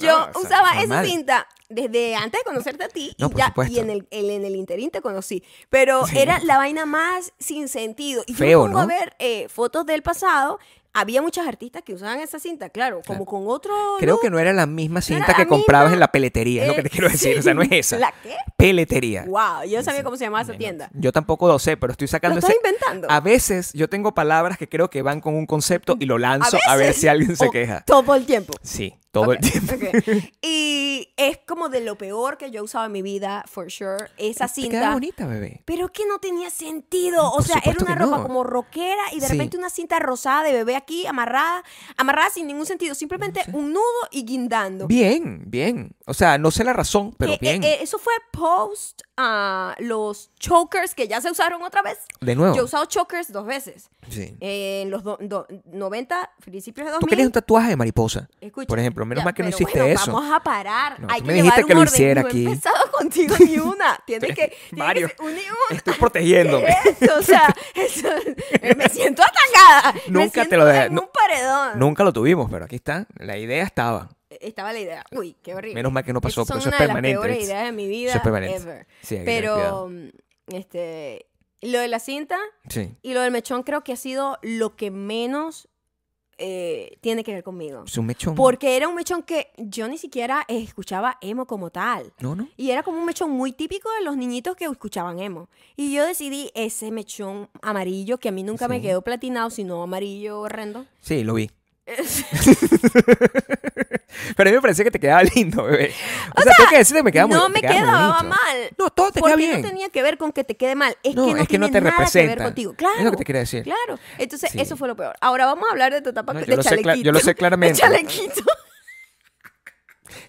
que yo No, o sea, usaba esa normal. cinta desde antes de conocerte a ti No, y por ya supuesto. y en el, el- en el interín te conocí. Pero Sí. era la vaina más sin sentido. Y Feo, yo me pongo a ¿no? ver eh, fotos del pasado. Había muchas artistas que usaban esa cinta, claro, como Claro. con otro. Creo look. que no era la misma era cinta la que comprabas misma, en la peletería, es lo que te Eh, quiero decir. O sea, no es sí. esa. ¿La qué? Peletería. Wow, yo no sabía Sí. cómo se llamaba esa Bueno, tienda. Yo tampoco lo sé, pero estoy Lo sacando estás ese- inventando. A veces yo tengo palabras que creo que van con un concepto y lo lanzo a, ver veces. si alguien se O queja. Todo el tiempo. Sí, todo Ok, el tiempo. ok. Y es como de lo peor que yo he usado en mi vida, for sure. Esa Te queda cinta. bonita, bebé. Pero que no tenía sentido. O Por sea, era supuesto una que ropa no. como rockera y de Sí. repente una cinta rosada de bebé aquí, amarrada. Amarrada sin ningún sentido. Simplemente un nudo y guindando. Bien, bien. O sea, no sé la razón, pero Que, bien. eh, eh, eso fue post a los chokers que ya se usaron otra vez. de nuevo. Yo he usado chokers dos veces. Sí. Eh, en los do- do- 90, principios de 2000. Tú querías un tatuaje de mariposa. Escucha, por ejemplo, menos ya, mal que no pero hiciste bueno, eso. Vamos a parar. No, Hay tú que me dijiste llevar un que lo orden. hiciera No he aquí. empezado contigo ni una. Tiene que, tiene que Mario, ser un y una. Estoy protegiéndome. Eso, o sea, eso, eh, me siento atacada. Me Nunca te siento lo de- en no- un paredón. Nunca lo tuvimos, pero aquí está. La idea estaba. Estaba la idea. Uy, qué horrible. Menos mal que no pasó, Esas porque son eso es una de las permanente. peores ¿viste? ideas de mi vida. Eso es permanente. ever. Sí, hay que tener cuidado. Pero, este, lo de la cinta Sí. y lo del mechón creo que ha sido lo que menos eh, tiene que ver conmigo. Es un mechón. Porque era un mechón que yo ni siquiera eh, escuchaba emo como tal. No, no. Y era como un mechón muy típico de los niñitos que escuchaban emo. Y yo decidí ese mechón amarillo, que a mí nunca me Sí. quedó platinado, sino amarillo horrendo. Sí, lo vi. Pero a mí me parecía que te quedaba lindo, bebé. O, sea, tengo que decirte que me quedaba muy no te me quedaba quedaba bonito. mal. No, todo te Porque queda bien. no tenía que ver con que te quede mal. Es No, que no es que no tiene te nada que ver representa. contigo. Es lo Claro. que te quería decir. Claro. Entonces, Sí. eso fue lo peor. Ahora vamos a hablar de tu etapa No, de yo lo sé cla- chalequito. yo lo sé claramente. De chalequito.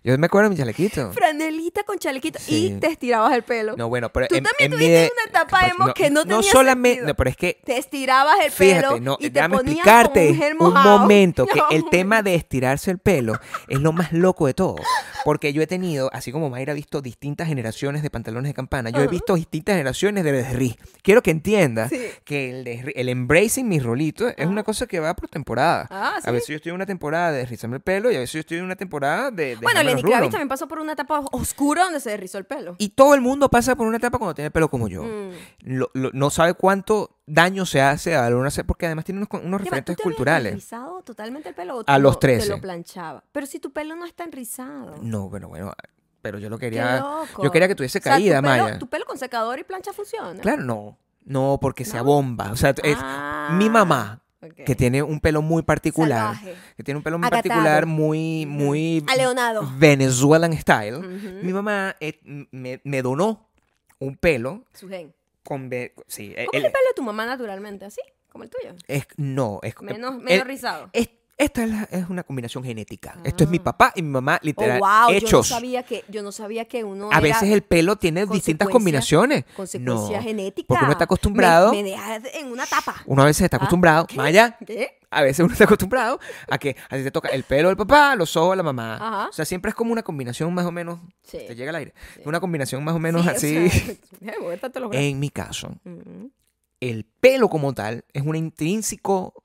Yo me acuerdo de mi chalequito. Franelita con chalequito. Sí. Y te estirabas el pelo. No, bueno, pero Tú en, también en mi tuviste de- una etapa pero emo que no tenía solamente, sentido. no, pero es que te estirabas el pelo fíjate, no, y te déjame ponías explicarte como un gel un mojado. momento que el No. tema de estirarse el pelo es lo más loco de todo, porque yo he tenido, así como Mayra ha visto distintas generaciones de pantalones de campana, yo he Ajá. visto distintas generaciones de desri. Quiero que entiendas Sí. que el, desri- el embracing mis rolitos es una cosa que va por temporada. Ah, A ¿sí? veces yo estoy en una temporada de deslizarme el pelo y a veces yo estoy en una temporada de, de Bueno, dejarme los Lenny Kravitz rulos. también pasó por una etapa oscura donde se derrizó el pelo. Y todo el mundo pasa por una etapa cuando tiene pelo como yo. Mm. Lo- lo- no sabe cuánto daño se hace a una porque además tiene unos, unos Ya va, ¿tú referentes te habías culturales. rizado totalmente el pelo o A te los lo- Te 13. lo planchaba. Pero si tu pelo no está enrizado. No, bueno, bueno, pero yo lo Qué quería. loco. Yo quería que tuviese O sea, tu caída, pelo- Maya. Tu pelo con secador y plancha funciona. Claro, no. No, porque sea ¿No? bomba. O sea, es- Ah, mi mamá, ok. que tiene un pelo muy particular, Salvaje. que tiene un pelo muy Acatado. particular, muy, muy A Leonardo. Venezuelan style, Ujú. mi mamá eh, me, me donó un pelo Su gen. con... ve- Sí, eh, ¿Cómo él- es el pelo de tu mamá naturalmente? ¿Así? Como el tuyo. es, no, es... Menos, él- menos rizado. es- esta es, la- es una combinación genética. Esto es mi papá y mi mamá, Ah. Oh, literal, wow, yo no hechos. sabía que, yo no sabía que uno a era veces el pelo tiene distintas consecuencia- combinaciones. consecuencia no, genética. Porque uno no está acostumbrado. Me, me dejas en una tapa. Uno a veces está acostumbrado. Maya, ¿Qué? a veces uno está acostumbrado a que a ti te toca el pelo del papá, los ojos de la mamá. Ajá. Eh, O sea, siempre es como una combinación más o menos. Sí. Te llega al aire. Una combinación más o menos Sí, o así. Eh. sea, déjame mover tanto los brazos. en mi caso, Ujú. el pelo como tal es un intrínseco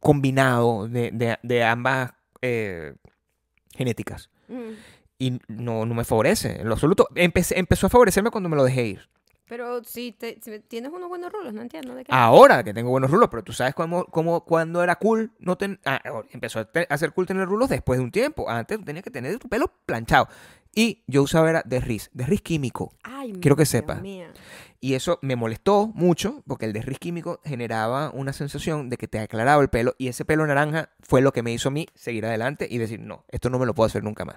combinado de, de- de ambas eh, genéticas. Mm. Y no, no me favorece en lo absoluto. Empecé- empezó a favorecerme cuando me lo dejé ir. Pero si, te, si tienes unos buenos rulos, no entiendo de qué. Ahora que tengo buenos rulos, pero tú sabes cómo, cómo cuando era cool, no ten- ah, ahora, empezó a, te- a ser cool tener rulos después de un tiempo. Antes tú tenías que tener tu pelo planchado. Y yo usaba era desriz, desriz químico. Ay, quiero que Dios sepas. mía. Y eso me molestó mucho porque el desriz químico generaba una sensación de que te aclaraba el pelo y ese pelo naranja fue lo que me hizo a mí seguir adelante y decir, no, esto no me lo puedo hacer nunca más.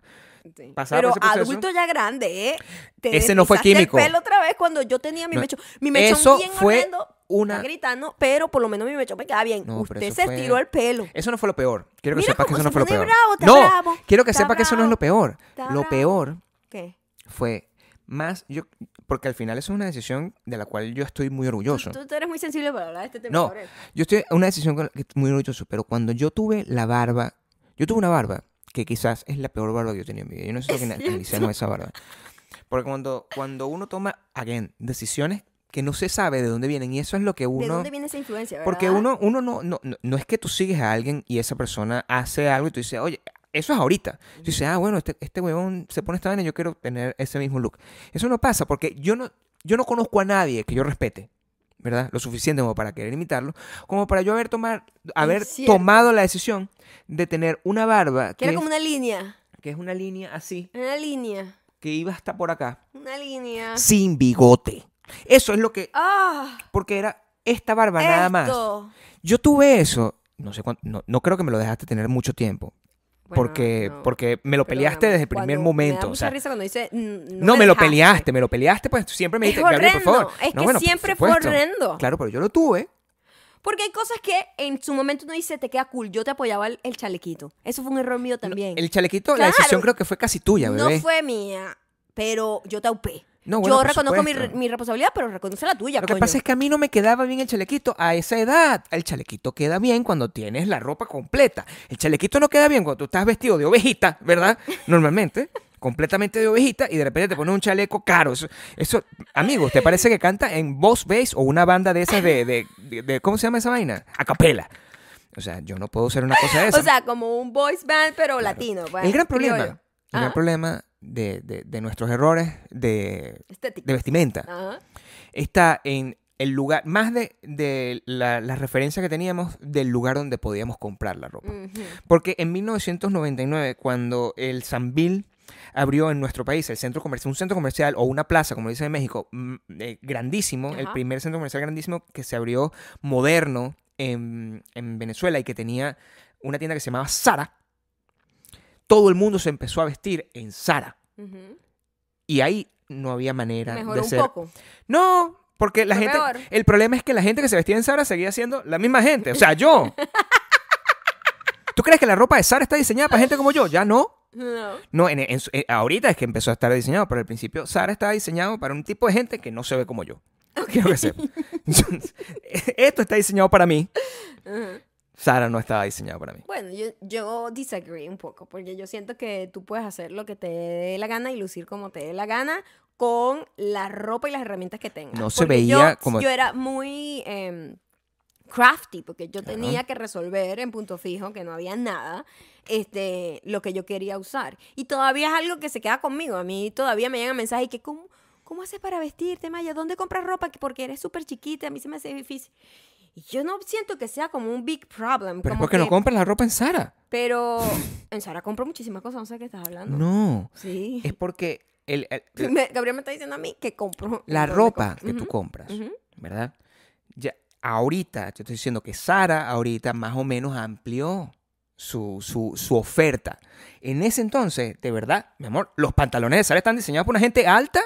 Sí. Pasaba Pero por ese proceso. adulto ya grande, ¿eh? Te Ese no fue deslizaste químico. el pelo otra vez cuando yo tenía mi No, mechón. Mi mechón eso bien fue horrendo, una- está gritando, pero por lo menos mi mechón me quedaba bien. No, pero Usted eso se fue- estiró el pelo. Eso no fue lo peor. Quiero que Mira sepas que cómo eso no se fue lo pone peor. bravo, está no, bravo, quiero que está sepas que eso no es lo bravo, peor. está Lo bravo. peor ¿Qué? fue más yo porque al final eso es una decisión de la cual yo estoy muy orgulloso. Tú, tú eres muy sensible para hablar de este tema. no, Gabriel. yo estoy una decisión con la que estoy muy orgulloso, pero cuando yo tuve la barba, yo tuve una barba que quizás es la peor barba que yo he tenido en mi vida. Yo necesito que cierto. analicemos esa barba. Porque cuando, cuando uno toma, again, decisiones que no se sabe de dónde vienen, y eso es lo que uno... ¿De dónde viene esa influencia? ¿verdad? Porque uno, uno no, no, no, no es que tú sigues a alguien y esa persona hace algo y tú dices, oye, eso es ahorita. Tú dices, ah, bueno, este, este huevón se pone esta vaina y yo quiero tener ese mismo look. Eso no pasa porque yo no, yo no conozco a nadie que yo respete, ¿verdad? Lo suficiente como para querer imitarlo, como para yo haber, tomar, haber cierto. tomado la decisión de tener una barba Que que, era como una línea. es- que es una línea así, Una línea. que iba hasta por acá, Una línea. sin bigote. Eso es lo que... ¡Ah! Porque era esta barba nada más. esto. Yo tuve eso, no sé cuánto, no, no creo que me lo dejaste tener mucho tiempo. Bueno, porque, no. porque me lo peleaste Perdóname, desde el primer cuando- Me da momento. mucha o sea, risa cuando dice. no, me, lo peleaste, me lo peleaste, pues siempre me Es dijiste, Gabriel, por favor. horrendo, es No, que bueno, por siempre fue supuesto. horrendo. Claro, pero yo lo tuve. Porque hay cosas que en su momento uno dice, te queda cool. Yo te apoyaba el, el chalequito. Eso fue un error mío también. El chalequito, la Claro. decisión creo que fue casi tuya, no bebé. fue mía, pero yo te aupé. No, bueno, yo por reconozco mi, supuesto. re- mi responsabilidad, pero reconoce la tuya. Lo que coño. pasa es que a mí no me quedaba bien el chalequito a esa edad. El chalequito queda bien cuando tienes la ropa completa. El chalequito no queda bien cuando tú estás vestido de ovejita, ¿verdad? Normalmente, completamente de ovejita y de repente te pones un chaleco caro. Eso, eso amigos, ¿te parece que canta en Boss Bass o una banda de esas de, de- de- de- ¿cómo se llama esa vaina? A capela. O sea, yo no puedo ser una cosa de esa. O sea, como un voice band, pero latino. pues, el gran problema, criollo. el Ah. gran problema de, de- de nuestros errores de, Estético. de vestimenta Ajá. está en el lugar, más de, de la, la referencia que teníamos del lugar donde podíamos comprar la ropa. Ujú. Porque en 1999, cuando el Sambil abrió en nuestro país el centro comercial, un centro comercial o una plaza, como dicen en México, mm, eh, grandísimo, el Ajá. primer centro comercial grandísimo que se abrió moderno en, en Venezuela y que tenía una tienda que se llamaba Sara, todo el mundo se empezó a vestir en Sara. Ujú. Y ahí no había manera Mejoró de un ser poco. no, porque la Fue gente. peor. El problema es que la gente que se vestía en Sara seguía siendo la misma gente. O sea, yo. ¿Tú crees que la ropa de Sara está diseñada para gente como yo? Ya no. No. No, en- en su- eh, ahorita es que empezó a estar diseñado, pero al principio Sara estaba diseñado para un tipo de gente que no se ve como yo. Quiero que sepa. Entonces, Esto está diseñado para mí. Ujú. Sara no estaba diseñado para mí. Bueno, yo, yo disagree un poco, porque yo siento que tú puedes hacer lo que te dé la gana y lucir como te dé la gana con la ropa y las herramientas que tengas. No se Porque yo- veía como- Yo era muy em, crafty, porque yo tenía que resolver en punto fijo, que no había nada, este, lo que yo quería usar. Y todavía es algo que se queda conmigo. A mí todavía me llegan mensajes que, ¿cómo, cómo haces para vestirte, Maya? ¿Dónde compras ropa? Que Porque eres súper chiquita, a mí se me hace difícil. Y Yo no siento que sea como un big problem. Pero es como porque no que- compras la ropa en Sara. pero en Sara compro muchísimas cosas, no sé de qué estás hablando. No. Sí. Es porque el- el, Me- Gabriel me está diciendo a mí que compro. la ¿Dónde ropa compro? que tú Ujú, compras, ujú. ¿verdad? Ya, ahorita, yo estoy diciendo que Sara ahorita más o menos amplió su, su, su oferta. En ese entonces, de verdad, mi amor, los pantalones de Sara están diseñados por una gente alta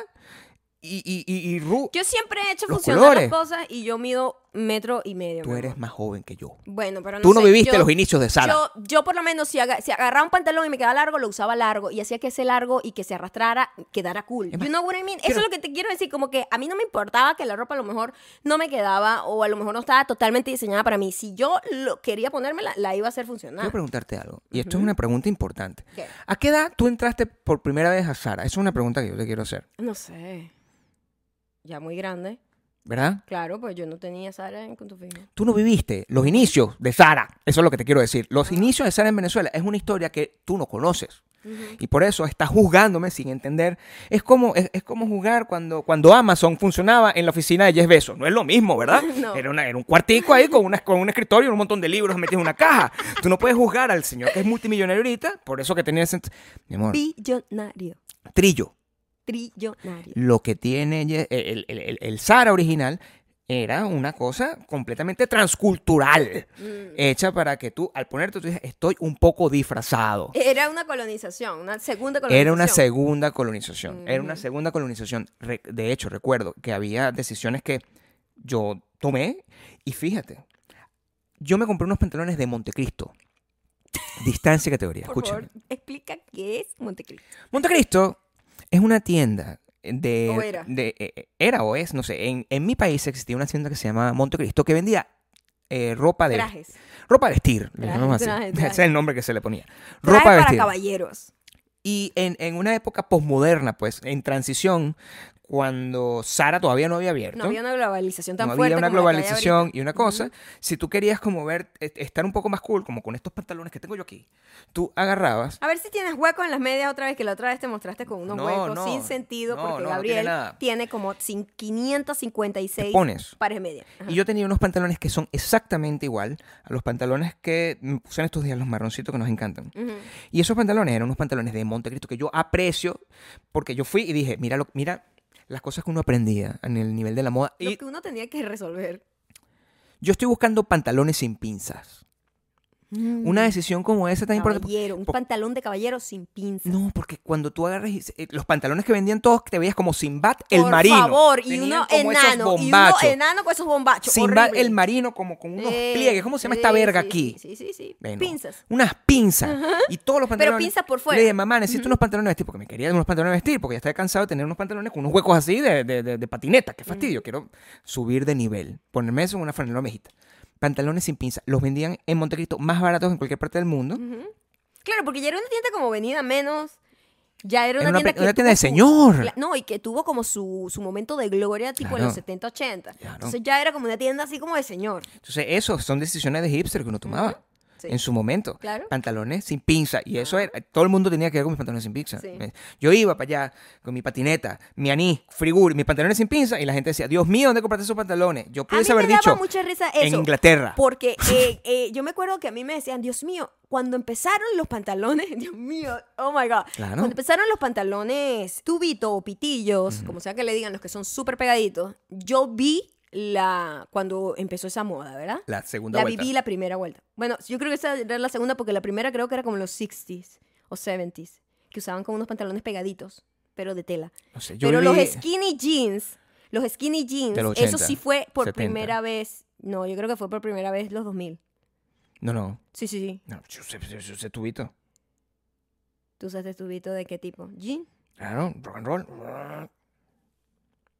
y, y, y, y ru- Yo siempre he hecho Los funcionar colores. las cosas y yo mido metro y medio. Tú mi eres amor. más joven que yo. Bueno, pero no Tú no sé, viviste yo- los inicios de Sara. Yo, yo por lo menos, si, aga- si agarraba un pantalón y me quedaba largo, lo usaba largo y hacía que ese largo y que se arrastrara quedara cool. Es más, You know what I mean? Eso quiero- es lo que te quiero decir, como que a mí no me importaba que la ropa a lo mejor no me quedaba o a lo mejor no estaba totalmente diseñada para mí. Si yo lo quería ponérmela, la iba a hacer funcionar. Quiero preguntarte algo, y esto es una pregunta importante. ¿Qué? ¿A qué edad tú entraste por primera vez a Sara? Esa es una pregunta que yo te quiero hacer, No sé. Ya muy grande. ¿verdad? Claro, pues yo no tenía Sara en Punto Fijo. Tú no viviste los inicios de Sara. Eso es lo que te quiero decir. Los inicios de Sara en Venezuela es una historia que tú no conoces. Y por eso estás juzgándome sin entender. Es como, es, es como jugar cuando, cuando Amazon funcionaba en la oficina de Jeff Bezos. No es lo mismo, ¿verdad? No. Era, una- era un cuartico ahí con, una- con un escritorio, un montón de libros metidos en una caja. Tú no puedes juzgar al señor que es multimillonario ahorita, por eso que tenía ese... Mi amor, Billonario. trillo. Trillonario. Lo que tiene Ye- el, el, el- el Sara original era una cosa completamente transcultural Mm. hecha para que tú, al ponerte, tú dices, estoy un poco disfrazado. Era una colonización, una segunda colonización. Mm. Era una segunda colonización. Era una Ujú. segunda colonización. Re- de hecho, recuerdo que había decisiones que yo tomé y fíjate, yo me compré unos pantalones de Montecristo. Distancia y categoría. Por Escúchame. favor, explica qué es Montecristo. Montecristo es una tienda de... ¿O era? de- eh, eh, era o es, no sé. En, en mi país existía una tienda que se llamaba Montecristo que vendía eh, ropa de... Trajes. Ropa de vestir, le Traje, llamamos así. traje, Ese es traje. el nombre que se le ponía. Traje ropa de para vestir. caballeros. Y en, en una época posmoderna, pues, en transición, cuando Sara todavía no había abierto. No había una globalización tan no fuerte. había una como la que hay globalización y una cosa. Si tú querías como ver, e- estar un poco más cool, como con estos pantalones que tengo yo aquí, tú agarrabas. ahorita. A ver si tienes huecos en las medias otra vez, que la otra vez te mostraste con unos No, huecos no, sin sentido, no, porque no, no Gabriel tiene nada. tiene como cin- 556 Te pones. pares de medias. Ajá. Y yo tenía unos pantalones que son exactamente igual a los pantalones que me puse en estos días, los marroncitos que nos encantan. Ujú. Y esos pantalones eran unos pantalones de Montecristo que yo aprecio, porque yo fui y dije, mira, lo- mira las cosas que uno aprendía en el nivel de la moda. Lo Y que uno tenía que resolver. yo estoy buscando pantalones sin pinzas. Una decisión como esa tan importante. Mm. Caballero, un po- pantalón de caballero sin pinza. No, porque cuando tú agarras y- eh, los pantalones que vendían todos, te veías como Sinbad el Por marino. favor, y Tenían uno como esos enano. Y uno bombachos. enano con esos bombachos. Sinbad horrible. el marino, como con unos Eh, pliegues. ¿Cómo se llama esta sí, verga sí, aquí? Sí, sí, sí. Bueno, Pinzas. Unas pinzas. Y todos los pantalones. pinzas por fuera. Le dije, mamá, necesito unos pantalones de vestir. Porque me quería unos pantalones de vestir. Porque ya estaba cansado de tener unos pantalones con unos huecos así de, de- de- de patineta. Qué fastidio. Quiero subir de nivel. Ponerme eso en una franela mejita. Pantalones sin pinzas. Los vendían en Montecristo más baratos en cualquier parte del mundo. Claro, porque ya era una tienda como venida menos. Ya era Era una, una tienda, pe- que una tuvo tienda de su- señor. cla- no, y que tuvo como su, su momento de gloria tipo en Claro. los 70, 80. Claro. Entonces ya era como una tienda así como de señor. Entonces, eso son decisiones de hipster que uno tomaba. Sí. En su momento, Claro. pantalones sin pinza. Y eso era, todo el mundo tenía que ver con mis pantalones sin pinza. Sí. Me- Yo iba para allá con mi patineta, mi anís, frigur, mis pantalones sin pinza. Y la gente decía, Dios mío, ¿dónde compraste esos pantalones? Yo A mí pudiese me haber daba dicho, mucha risa en eso. Inglaterra. Porque eh, eh, yo me acuerdo que a mí me decían, Dios mío, cuando empezaron los pantalones, Dios mío, oh my God. Claro. Cuando empezaron los pantalones tubito o pitillos, como sea que le digan, los que son súper pegaditos, yo vi la cuando empezó esa moda, ¿verdad? La segunda La vuelta. viví la primera vuelta. Bueno, yo creo que esa era la segunda porque la primera creo que era como los 60s o 70s, que usaban con unos pantalones pegaditos, pero de tela. No sé, yo pero viví- los skinny jeans, los skinny jeans, De los eso 80, sí fue por 70. primera vez. No, yo creo que fue por primera vez los 2000. No, no. Sí, sí, sí. no yo, sé, yo sé tubito. ¿Tú usaste tubito de qué tipo? ¿Jean? Claro, rock and roll.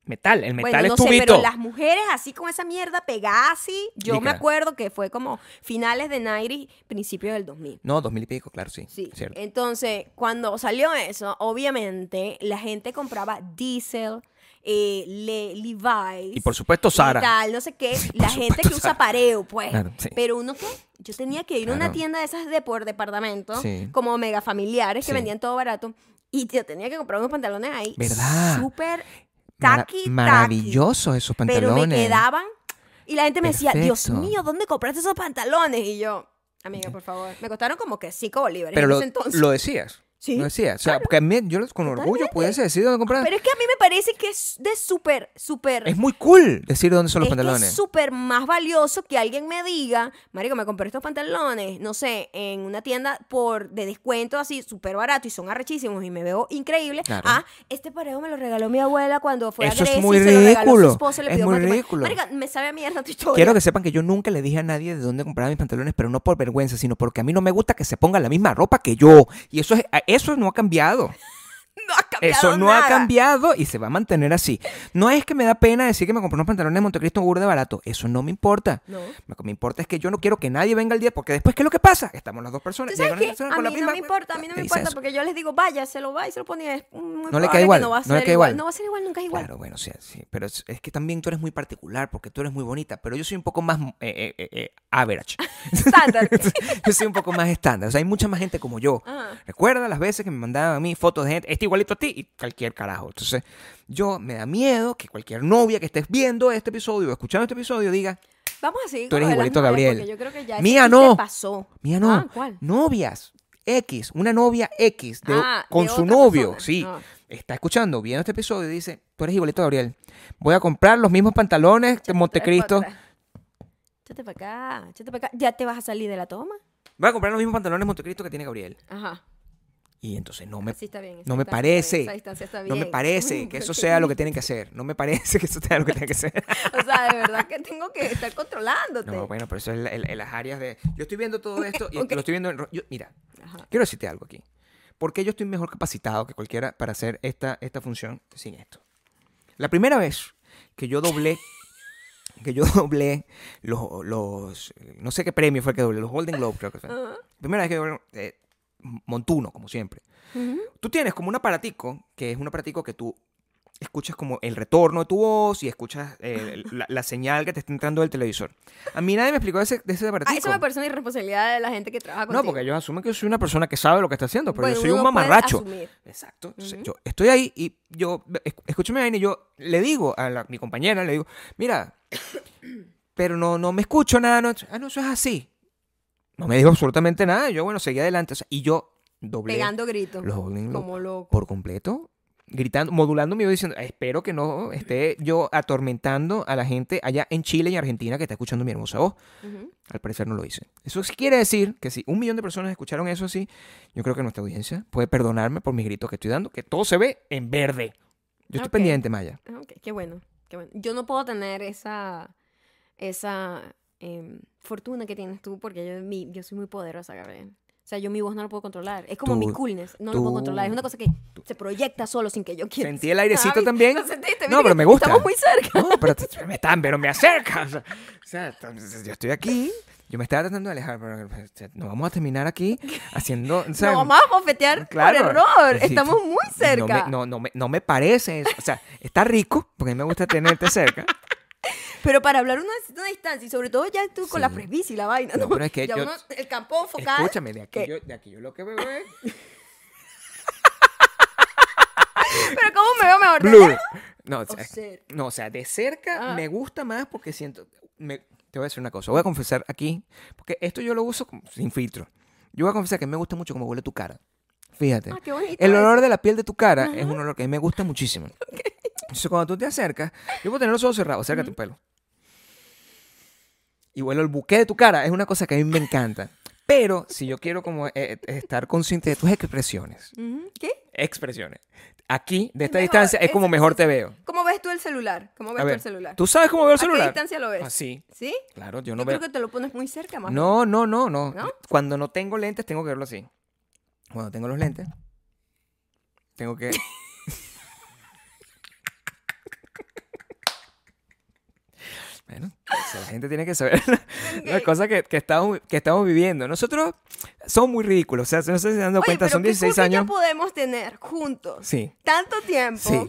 Metal, el metal bueno, no es tubito. sé, pero las mujeres así con esa mierda pegada así, yo me Licra. acuerdo que fue como finales de 90 principios del 2000. No, dos mil y pico, claro, sí. Sí. eh, Cierto. Entonces, cuando salió eso, obviamente la gente compraba Diesel, eh, Le- Levi's. Y por supuesto, y Sara. tal, no sé qué. Por la gente supuesto, que usa Sara. pareo, pues. Claro, sí. Pero uno que. Yo tenía que ir a una Claro. tienda de esas de por departamento, Sí. como mega familiares que Sí. vendían todo barato. Y yo tenía que comprar unos pantalones ahí. ¿Verdad? Súper Mara- taqui, taqui. maravillosos esos pantalones. Pero me quedaban. Y la gente me decía, Dios Perfecto. mío, ¿dónde compraste esos pantalones? Y yo, amiga, por favor. Me costaron como que 5 bolívares. Pero en lo, ese entonces. lo decías. Sí, Lo decías. O sea, porque a mí, yo con orgullo Totalmente. pudiese decir dónde comprar. Pero es que a mí me parece que es de súper, súper. es muy cool decir dónde son los es que pantalones. es súper más valioso que alguien me diga, Marico, me compré estos pantalones, no sé, en una tienda por de descuento así súper barato y son arrechísimos y me veo increíble. Claro. Ah, este pareo me lo regaló mi abuela cuando fue Eso a es Grecia muy y se lo regaló a su ridículo. esposo, le Es pidió muy matrimonio. ridículo. Marica, me sabe a mierda tu historia. Quiero que sepan que yo nunca le dije a nadie de dónde compraba mis pantalones, pero no por vergüenza, sino porque a mí no me gusta que se ponga la misma ropa que yo. Y eso, es, a- eso no ha cambiado. no ha cambiado Eso no ha nada. cambiado y se va a mantener así. No es que me da pena decir que me compré unos pantalones de Montecristo burda barato. Eso no me importa. No. Lo que me importa es que yo no quiero que nadie venga al día, porque después, ¿qué es lo que pasa? Estamos las dos personas. ¿Tú sabes llegan las qué? personas A con la mí no misma- me importa, a mí no me Dice importa eso. porque yo les digo, vaya, se lo va y se lo pone. Es muy No le probable cae que igual, No, va a no le ser cae igual. igual. No va a ser igual, nunca es igual. Claro, bueno, o sea, sí, pero es, es que también tú eres muy particular porque tú eres muy bonita, pero yo soy un poco más eh, eh, eh, eh, average. Estándar. yo soy un poco más estándar. O sea, hay mucha más gente como yo. Ajá. Recuerda las veces que me mandaban a mí fotos de gente, este igualito a ti y cualquier carajo. Entonces, yo me da miedo que cualquier novia que estés viendo este episodio o escuchando este episodio diga, Vamos a seguir Tú con eres lo de las igualito a novias, Gabriel. porque Yo creo que ya ese Mía, chiste no. pasó. mía, no, Ah, ¿cuál? novias X, una novia X de- Ah, con de su otra novio, persona. sí. Ah. Está escuchando, viendo este episodio y dice, tú eres igualito a Gabriel. Voy a comprar los mismos pantalones que Montecristo. Échate para acá, échate para acá. Ya te vas a salir de la toma. Voy a comprar los mismos pantalones Montecristo que tiene Gabriel. Ajá. Y entonces no me, Así está bien. esa no me distancia está parece. bien, esa distancia está no me bien. parece que eso sea lo que tienen que hacer. No me parece que eso sea lo que tienen que hacer. O sea, de verdad que tengo que estar controlándote. No, bueno, pero eso es la- el- el- las áreas de... Yo estoy viendo todo esto y Ok. lo estoy viendo en... ro- yo- mira, Ajá. quiero decirte algo aquí. Porque yo estoy mejor capacitado que cualquiera para hacer esta, esta función sin esto. La primera vez que yo doblé... que yo doblé los, los- no sé qué premio fue que doblé, los Golden Globe creo que Ah. fue. Primera vez que doblé, eh, montuno, como siempre. Tú tienes como un aparatico, que es un aparatico que tú escuchas como el retorno de tu voz y escuchas eh, la, la señal que te está entrando del televisor. A mí nadie me explicó ese, de ese aparatico. Ah, eso me parece una irresponsabilidad de la gente que trabaja Ah, contigo. No, porque ellos asumen que yo soy una persona que sabe lo que está haciendo, pero Bueno, yo soy uno un no puede mamarracho. asumir. Exacto. Entonces, Yo estoy ahí y yo, esc- escúchame bien, y yo le digo a la- mi compañera, le digo, mira, pero no, no me escucho nada, no, ah, no, eso es así. No me dijo absolutamente nada, y yo, bueno, seguí adelante. o sea, y yo doblé Pegando gritos. los Golden Globes Como loco. por completo, gritando, modulando mi voz diciendo, espero que no esté yo atormentando a la gente allá en Chile y Argentina que está escuchando mi hermosa voz. Ujú. Al parecer no lo hice. Eso sí quiere decir que si un millón de personas escucharon eso así, yo creo que nuestra audiencia puede perdonarme por mis gritos que estoy dando, que todo se ve en verde. Yo estoy Ok. pendiente, Maya. Ah, ok, Qué bueno, qué bueno. Yo no puedo tener esa, esa em, fortuna que tienes tú porque yo, mi- yo soy muy poderosa, Gabriel. O sea, yo mi voz no la puedo controlar. Es como mi Tú- coolness. No la puedo tú- controlar. Es una cosa que se proyecta solo sin que yo quiera. Sentí el airecito también. ¿Lo sentiste? No, ¿Viste pero que me gusta. Estamos muy cerca. No, pero t- me están, pero me acercas. O sea, t- yo estoy aquí. Yo me estaba tratando de alejar, pero o sea, no vamos a terminar aquí haciendo. o sea, Nos vamos a bofetear por error. Sí, Estamos muy no me- cerca. No no, me, no me parece eso. O sea, está rico, porque a mí me gusta tenerte cerca. Pero para hablar una, una distancia, y sobre todo ya tú con la Sí. presbicia y la vaina, No, ¿no? pero es que Ya yo- uno- el campo focal. Escúchame, de aquí, ¿Qué? yo, de aquí yo lo que veo es Pero ¿cómo me veo mejor? ¿De Blur. lejos? No, o O sea, cerca. no, o sea, de cerca Ah. me gusta más porque siento. me- te voy a decir una cosa, voy a confesar aquí, porque esto yo lo uso como- sin filtro. Yo voy a confesar que me gusta mucho cómo huele tu cara. Fíjate. Ah, qué bonito. El eso. olor de la piel de tu cara es un olor que a mí me gusta muchísimo. Entonces, cuando tú te acercas, yo puedo tener los ojos cerrados, acerca tu pelo. Y bueno, el buque de tu cara es una cosa que a mí me encanta. Pero si yo quiero como eh, estar consciente de tus expresiones, Ujú. ¿Qué? expresiones, aquí, de esta mejor, distancia, es es- como mejor te veo. ¿Cómo ves tú el celular? ¿Cómo ves A tú ver, el celular? ¿Tú sabes cómo veo el ¿A qué celular? distancia lo ves? Así. ¿Sí? Claro, yo Yo no creo veo. que te lo pones muy cerca más. No, no, no, no. ¿No? Cuando no tengo lentes, tengo que verlo así. Cuando tengo los lentes, tengo que. bueno, o sea, la gente tiene que saber las Ok. cosas que, que estamos, que estamos viviendo. Nosotros somos muy ridículos. O sea, no sé si se han dado Oye, cuenta, pero son ¿qué 16 curso ya años. podemos tener juntos? Sí, Tanto tiempo Sí.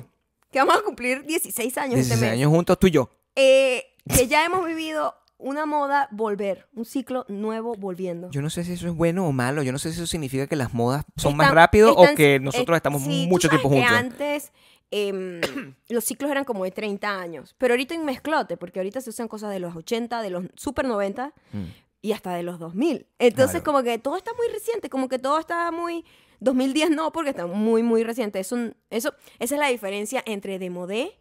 que vamos a cumplir 16 años 16 este mes. años juntos, tú y yo. Eh, que ya hemos vivido una moda volver, un ciclo nuevo volviendo. Yo no sé si eso es bueno o malo. Yo no sé si eso significa que las modas son más Están- rápido o están- que eh, nosotros estamos sí, tú mucho sabes tiempo que juntos. Antes em, los ciclos eran como de 30 años, pero ahorita en mezclote, porque ahorita se usan cosas de los 80, de los super 90 Mm. y hasta de los 2000. Entonces Claro. como que todo está muy reciente, como que todo está muy 2010 no, porque está muy muy reciente. Eso eso esa es la diferencia entre de modé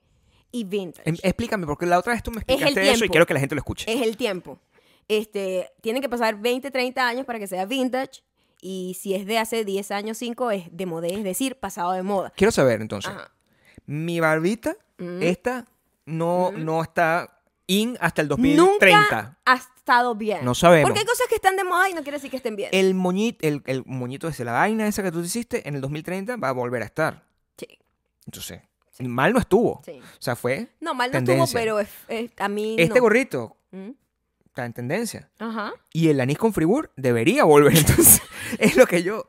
y vintage. Em- Explícame, porque la otra vez tú me el explicaste eso y tiempo. quiero que la gente lo escuche. es el tiempo. Este, tienen que pasar 20, 30 años para que sea vintage. Y si es de hace 10 años, 5, es de modé, es decir, pasado de moda. Quiero saber, entonces, Ajá. mi barbita, Mm. esta, no, no está in hasta el 2030. Nunca ha estado bien. No sabemos. Porque hay cosas que están de moda y no quiere decir que estén bien. El moñito, el, el moñito ese, la vaina esa que tú te hiciste, en el 2030 va a volver a estar. Sí, Entonces, mal no estuvo. sí. O sea, fue No, mal no Tendencia. estuvo, pero es- es- a mí este no. gorrito ¿Mm? está en tendencia. Ajá. Y el anís con frigur debería volver. Entonces, es lo que yo.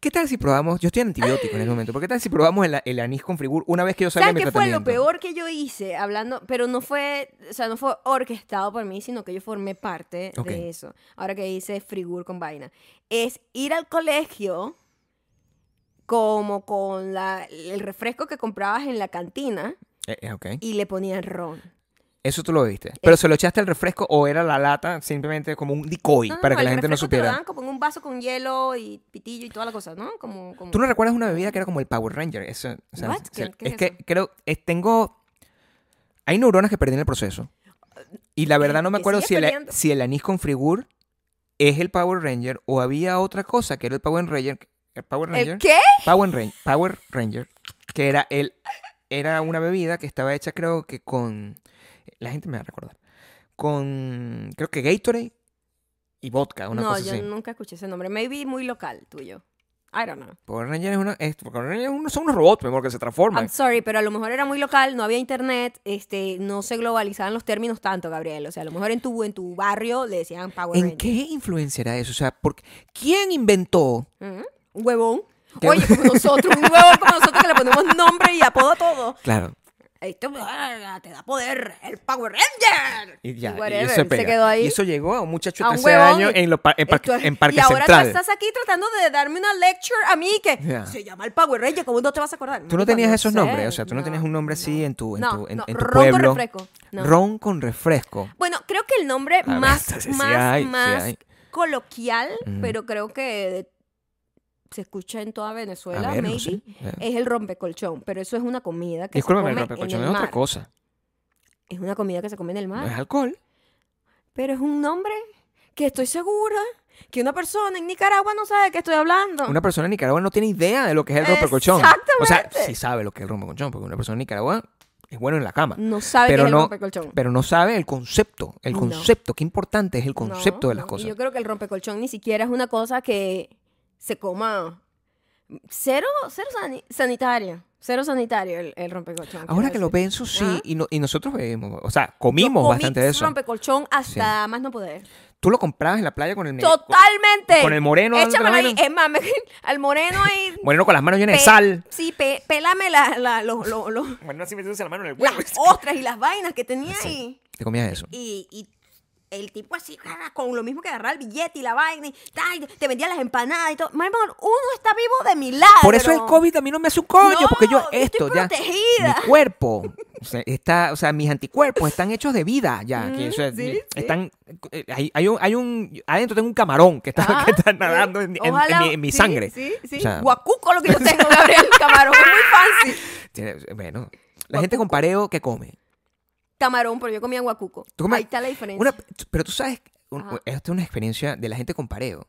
¿Qué tal si probamos? Yo estoy en antibiótico en el momento. ¿Pero qué tal si probamos el, el anís con frigur una vez que yo salga de ¿Sabes mi qué fue tratamiento? lo peor que yo hice? Hablando, pero no fue, o sea, no fue orquestado por mí, sino que yo formé parte Ok. de eso. Ahora que hice frigur con vaina. Es ir al colegio como con la, el refresco que comprabas en la cantina Eh, eh, ok. y le ponían ron. Eso tú lo viste. Eh. Pero se lo echaste al refresco o era la lata simplemente como un decoy para que el la gente no refresco te lo supiera. daban como en un vaso con hielo y pitillo y toda la cosa, ¿no? Como, como... ¿Tú no recuerdas una bebida que era como el Power Ranger? Eso, o sea, What? o sea, ¿Qué- qué es que eso? creo, es- tengo... Hay neuronas que perdí en el proceso. Y la verdad no me Que acuerdo sigues si el, perdiendo. si el anís con frigur es el Power Ranger o había otra cosa que era el Power Ranger. ¿El Power Ranger? ¿El qué? Power Ranger, Power Ranger, que era el era una bebida que estaba hecha creo que con la gente me va a recordar. Con creo que Gatorade y vodka, una no, cosa yo así. nunca escuché ese nombre. Maybe muy local tuyo. I don't know. Power Rangers, es una, es- Power Rangers es uno- son unos robots, mi amor, que se transforman. I'm sorry, pero a lo mejor era muy local, no había internet, este, no se globalizaban los términos tanto, Gabriel. O sea, a lo mejor en tu, en tu barrio le decían Power ¿En Ranger. qué influenciará eso? O sea, porque ¿quién inventó? Ujú, un Huevón. ¿Qué? Oye, como nosotros, un huevón como nosotros que le ponemos nombre y apodo a todo. Claro. Esto ah, te da poder, el Power Ranger. Y, ya, y whatever, eso pega. se quedó ahí. Y eso llegó a un muchacho de a un 13 huevón años y- en, los par- en, parque- esto es- en Parque Y ahora Central. tú estás aquí tratando de darme una lecture a mí que Ya. se llama el Power Ranger, ¿cómo no te vas a acordar? Tú no Marico, tenías esos sé. nombres, o sea, tú no, tenías un nombre así en tu, en No, tu, en, no, en tu ron con pueblo. refresco, no. Ron con refresco. Bueno, creo que el nombre ver, más, sí, sí más, hay, sí más hay. coloquial, Ujú. pero creo que de- se escucha en toda A Venezuela, ver, maybe, no sé. Eh, es el rompecolchón, pero eso es una comida que se Discúlpame, el come rompecolchón en es el mar. otra cosa. Es una comida que se come en el No mar, es alcohol. pero es un nombre que estoy segura que una persona en Nicaragua no sabe de qué estoy hablando. Una persona en Nicaragua no tiene idea de lo que es el rompecolchón. O sea, Exactamente. sí sabe lo que es el rompecolchón, porque una persona en Nicaragua es bueno en la cama. No sabe Pero qué es no- el rompecolchón. Pero no sabe el concepto. El No. concepto. Qué importante es el No, concepto de las no, y cosas. Yo creo que el rompecolchón ni siquiera es una cosa que se coma cero, cero sani- sanitaria. Cero sanitario el, el rompecolchón. Ahora quiero que lo decir. pienso, sí. Ajá. Y, no- y nosotros bebimos, o sea, Yo comimos comí bastante de eso. rompecolchón hasta más no poder. Tú lo comprabas en la playa con el... me- Totalmente. Con el moreno dándote la Échamelo ahí. vaina. Es más, me- al moreno ahí. Bueno, con las manos llenas pe- de sal. Sí, pe- pélame la, la- lo- lo- lo- Bueno, así metiéndose la mano en el las ostras y las vainas que tenía Sí. ahí. Te comías eso. y, y el tipo así, cara, con lo mismo que agarrar el billete y la vaina, y, tal, te vendía las empanadas y todo. Mi amor, uno está vivo de milagro. Por eso el COVID a mí no me hace un coño, No, porque yo yo esto estoy ya. protegida. Mi cuerpo o sea, está, o sea, mis anticuerpos están hechos de vida ya. que Mm, eso es- sí, sí. Están, eh, hay, hay un, hay un- adentro tengo un camarón que está, que está nadando en, en- en Ah, Ojalá- mi, en mi sí, sangre. Sí, sí. O sea, Guacuco lo que yo tengo, Gabriel Camarón. Es muy fancy. tiene- bueno, la gente con pareo que come. Camarón, pero yo comía guacuco. Tú comes- Ahí está la diferencia. Una- pero tú sabes, un- Ajá. Ah. esta es una experiencia de la gente con pareo.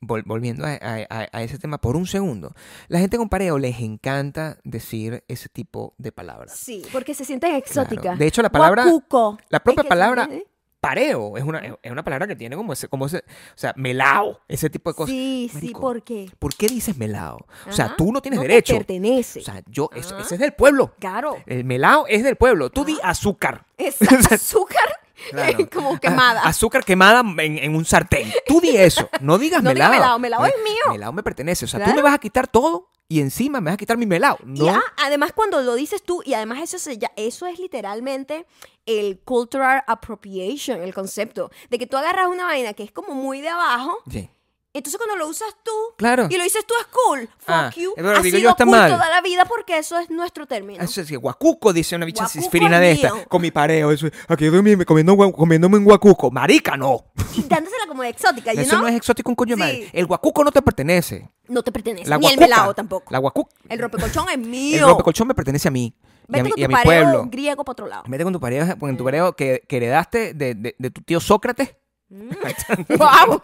Vol- volviendo a, a- a- a ese tema por un segundo. La gente con pareo les encanta decir ese tipo de palabras. Sí, porque se sienten exóticas. De hecho, la palabra- Guacuco. la propia que- palabra- ¿sí? ¿eh? pareo es una, es una palabra que tiene como ese, como ese, o sea, melao, ese tipo de cosas. Sí, sí, Marico, ¿por qué? ¿Por qué dices melao? O sea, Ajá. tú no tienes te derecho. pertenece. Ah. O sea, eh, yo, eso- Ajá. ese es del pueblo. claro. El melao es del pueblo. Tú Ah. di azúcar. Es azúcar Claro. como quemada. Ah, Azúcar quemada en, en un sartén. Tú di eso. No digas No diga melao, melao. melao es mío. Melao me pertenece. O sea, tú Claro. me vas a quitar todo y encima me vas a quitar mi melao. No. Y ah, además cuando lo dices tú, y además eso, se, ya- eso es literalmente el cultural appropriation, el concepto, de que tú agarras una vaina que es como muy de abajo, Sí. entonces cuando lo usas tú Claro. y lo dices tú es cool, fuck Ah, you, pero ha digo yo, sido está cool mal. toda la vida porque eso es nuestro término. Ah, Eso es que guacuco, dice una bicha Guacuco cisfirina es de esta, mío. con mi pareo. Eso, es, aquí yo comiendo, comiéndome un guacuco. Marica, no. Y dándosela como de exótica, you Eso know? no es exótico un coño de Sí. madre. El guacuco no te pertenece. No te pertenece, La ni el guacuca- melado tampoco. La guacuca. El rompecolchón es El mío. rompecolchón me pertenece a mí. Y a Vete mi, con y a tu mi pareo pueblo. griego para otro lado. Vete con tu pareo, con tu pareo que, que heredaste de, de- de tu tío Sócrates. ¡Wow!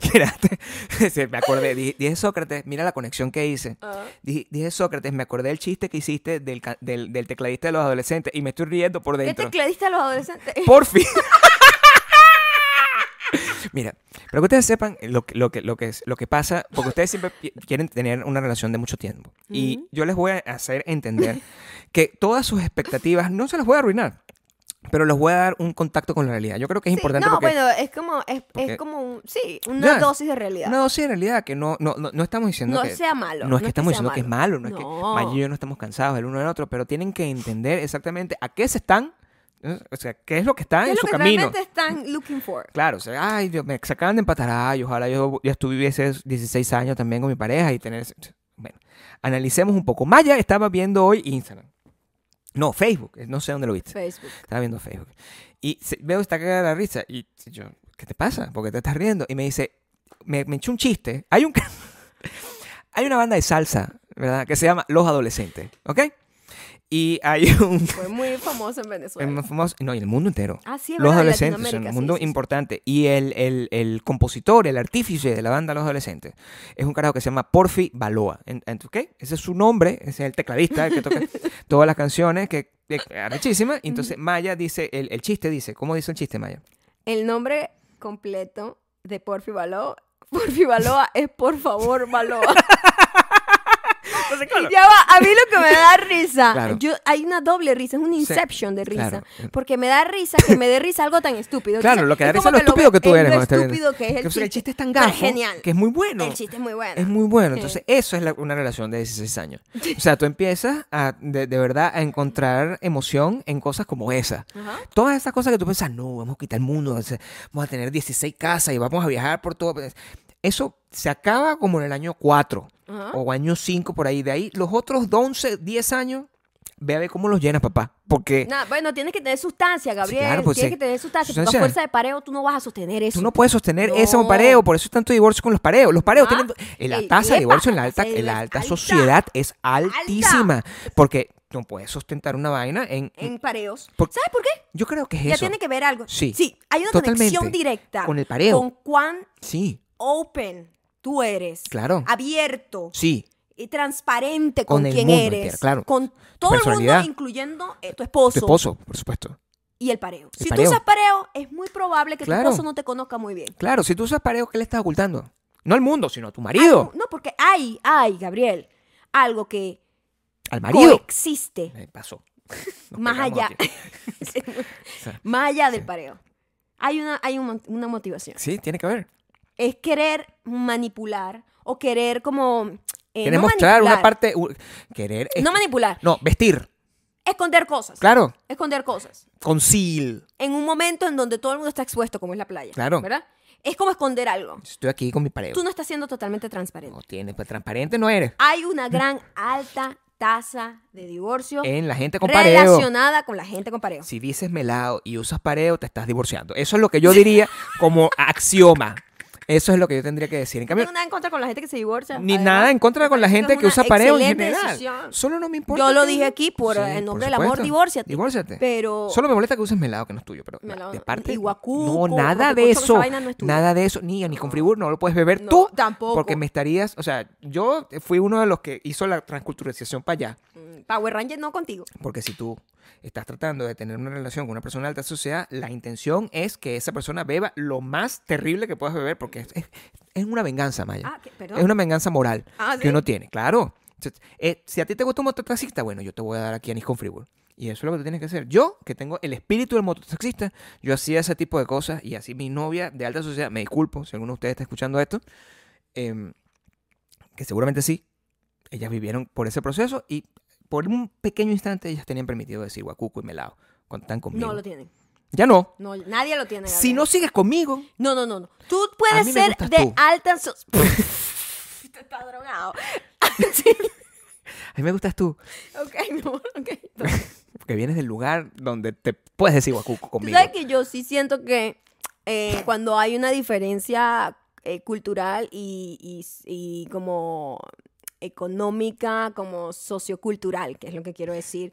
Que heredaste. Sí, me acordé. Dije, dije Sócrates, mira la conexión que hice. Ah. Dije, dije, Sócrates, me acordé del chiste que hiciste del, ca- del, del tecladista de los adolescentes y me estoy riendo por ¿Qué dentro. tecladista a los adolescentes? Por fin. Mira, para que ustedes sepan lo que, lo, que, lo, que es, lo que pasa, porque ustedes siempre pi- quieren tener una relación de mucho tiempo. Y yo les voy a hacer entender que todas sus expectativas no se las voy a arruinar, pero les voy a dar un contacto con la realidad. Yo creo que es Sí, importante no, porque bueno, es como, es, es porque- como un, sí, una Ya. dosis de realidad. una dosis de realidad que no, no, no, no estamos diciendo No que sea malo, No es no es que que estamos sea diciendo que es malo, malo. no, No. es que Maggie y yo no estamos cansados el uno del otro, pero tienen que entender exactamente a qué se están, eh, o sea, qué es lo que está ¿Qué es en lo su que camino. realmente están looking for? Claro, o sea, ay, Dios, me sacaban de empatar, ay, ojalá yo ya estuviese 16 años también con mi pareja y tener... ese- Bueno, analicemos un poco. Maya estaba viendo hoy Instagram. No, Facebook, eh, no sé dónde lo viste. Facebook. Estaba viendo Facebook. Y se- veo esta cara de la risa y yo, ¿qué te pasa? ¿Por qué te estás riendo? Y me dice, me, me echó un chiste. Hay un... ca- Hay una banda de salsa, ¿verdad? Que se llama Los Adolescentes, ¿ok? Y hay un... Fue muy famoso en es Venezuela. más famoso- no, y el mundo entero. Ah, sí, es Los verdad, en adolescentes son Latinoamérica, un sí, mundo sí, sí. importante. Y el, el- el compositor, el artífice de la banda Los Adolescentes, es un carajo que se llama Porfi Baloa. En- en- ¿ok? Ese es su nombre, ese es el tecladista el que toca todas las canciones, que que- que arrechísima. Y Entonces Maya dice, el, el chiste dice, ¿cómo dice el chiste Maya? El nombre completo de Porfi Baló Porfi Baloa es por favor Baloa. No sé, Y Ya va, a mí lo que me da risa. Claro. Yo, hay una doble risa, es una inception de risa. claro. Porque me da risa que me dé risa algo tan estúpido. Claro, Entonces, lo que da es risa como es lo estúpido veo- que tú es Lo eres cuando estás viendo. estúpido que es el Que, o sea, chiste. el chiste es tan Pero gafo genial. que es muy bueno. El chiste es muy bueno. Es muy bueno. Sí. Entonces, eso es la- una relación de 16 años. O sea, tú empiezas a, de, de verdad a encontrar emoción en cosas como esa. Ajá. Todas esas cosas que tú piensas, no, vamos a quitar el mundo, o sea, vamos a tener 16 casas y vamos a viajar por todo. Eso se acaba como en el año 4 Ajá. o año 5 por ahí. De ahí, los otros 11, 10 años, ve a ver cómo los llenas, papá. Porque Nah, bueno, tienes que tener sustancia, Gabriel. claro, pues, tienes sí. que tener sustancia. Porque Sustancia. a fuerza de pareo tú no vas a sostener eso. tú no puedes sostener No. ese pareo, por eso hay tanto divorcio con los pareos. Los pareos Ah, tienen. eh, La el- tasa de epa, divorcio en la la alta, tasa de en la divorcio alta alta. sociedad es altísima. Porque no puedes sustentar una vaina en. En pareos. Por- ¿Sabes por qué? yo creo que es Eh, Ya eso. tiene que ver algo. Sí, Sí, hay una conexión totalmente. directa. Con el pareo. Con cuán Sí, open tú eres. claro. Abierto. Sí, y transparente con, Con el quién mundo eres. entero, claro. Con todo el mundo, personalidad. incluyendo eh, tu, esposo tu esposo, por supuesto. y el pareo. si pareo. tú usas pareo, es muy probable que Claro. tu esposo no te conozca muy bien. Claro, si tú usas pareo, ¿qué le estás ocultando? No al mundo, sino a tu marido, Algo- no, porque hay, hay, Gabriel, algo que al marido. coexiste Me pasó. Nos más pegamos allá. aquí. más allá del Sí. pareo. Hay una, hay un mon- una motivación. Sí, tiene que ver. Es querer manipular o querer como... eh, Quiere no mostrar una manipular, parte. u- Querer. es- No manipular. no, vestir. Esconder cosas. Claro. Esconder cosas. Conceal. en un momento en donde todo el mundo está expuesto, como es la playa. Claro. ¿Verdad? Es como esconder algo. Estoy aquí con mi pareo. Tú no estás siendo totalmente transparente. No tienes, pues transparente no eres. Hay una gran alta tasa de divorcio En la gente con pareo. relacionada con la gente con pareo. Si dices melado y usas pareo, te estás divorciando. Eso es lo que yo diría como axioma. Eso es lo que yo tendría que decir. En No cambio, tengo nada en contra con la gente que se divorcia. ni además, nada en contra me con la parece gente es que una usa pareo en excelente general. decisión. Solo no me importa. Yo lo que- dije aquí por Sí, en nombre del supuesto. amor, divórciate. Divórciate. Pero Solo me molesta que uses melado, que no es tuyo, pero Melado de no- parte y guacuco, no nada rocococho, de que esa eso, vaina no es tuya. nada de eso, ni ni con Fribur no lo puedes beber No, tú, tampoco. porque me estarías, o sea, yo fui uno de los que hizo la transculturización para allá, mm, Power Ranger no contigo. porque si tú estás tratando de tener una relación con una persona de alta sociedad, la intención es que esa persona beba lo más terrible que puedas beber, porque es, es- es una venganza, Maya. Ah, ¿qué? perdón. Es una venganza moral Ah, que ¿sí? uno tiene, claro. O sea, eh, si a ti te gusta un mototaxista, bueno, yo te voy a dar aquí a con Freeburg. Y eso es lo que tú tienes que hacer. Yo, que tengo el espíritu del mototaxista, yo hacía ese tipo de cosas y así mi novia de alta sociedad, me disculpo si alguno de ustedes está escuchando esto, em, que seguramente sí, ellas vivieron por ese proceso y por un pequeño instante ellas tenían permitido decir guacuco y melao cuando están conmigo. No lo tienen. ya no. No, nadie lo tiene. Si Gabriel. no sigues conmigo, No, no, no, no. Tú mí me puedes ser gustas de tú. alta. so- Tú estás drogado. Sí, a mí me gustas tú, ok, mi amor, ok. porque vienes del lugar donde te puedes decir guacuco Tú conmigo. sabes que yo sí siento que eh, cuando hay una diferencia eh, cultural y, y- y como económica, como sociocultural, que es lo que quiero decir.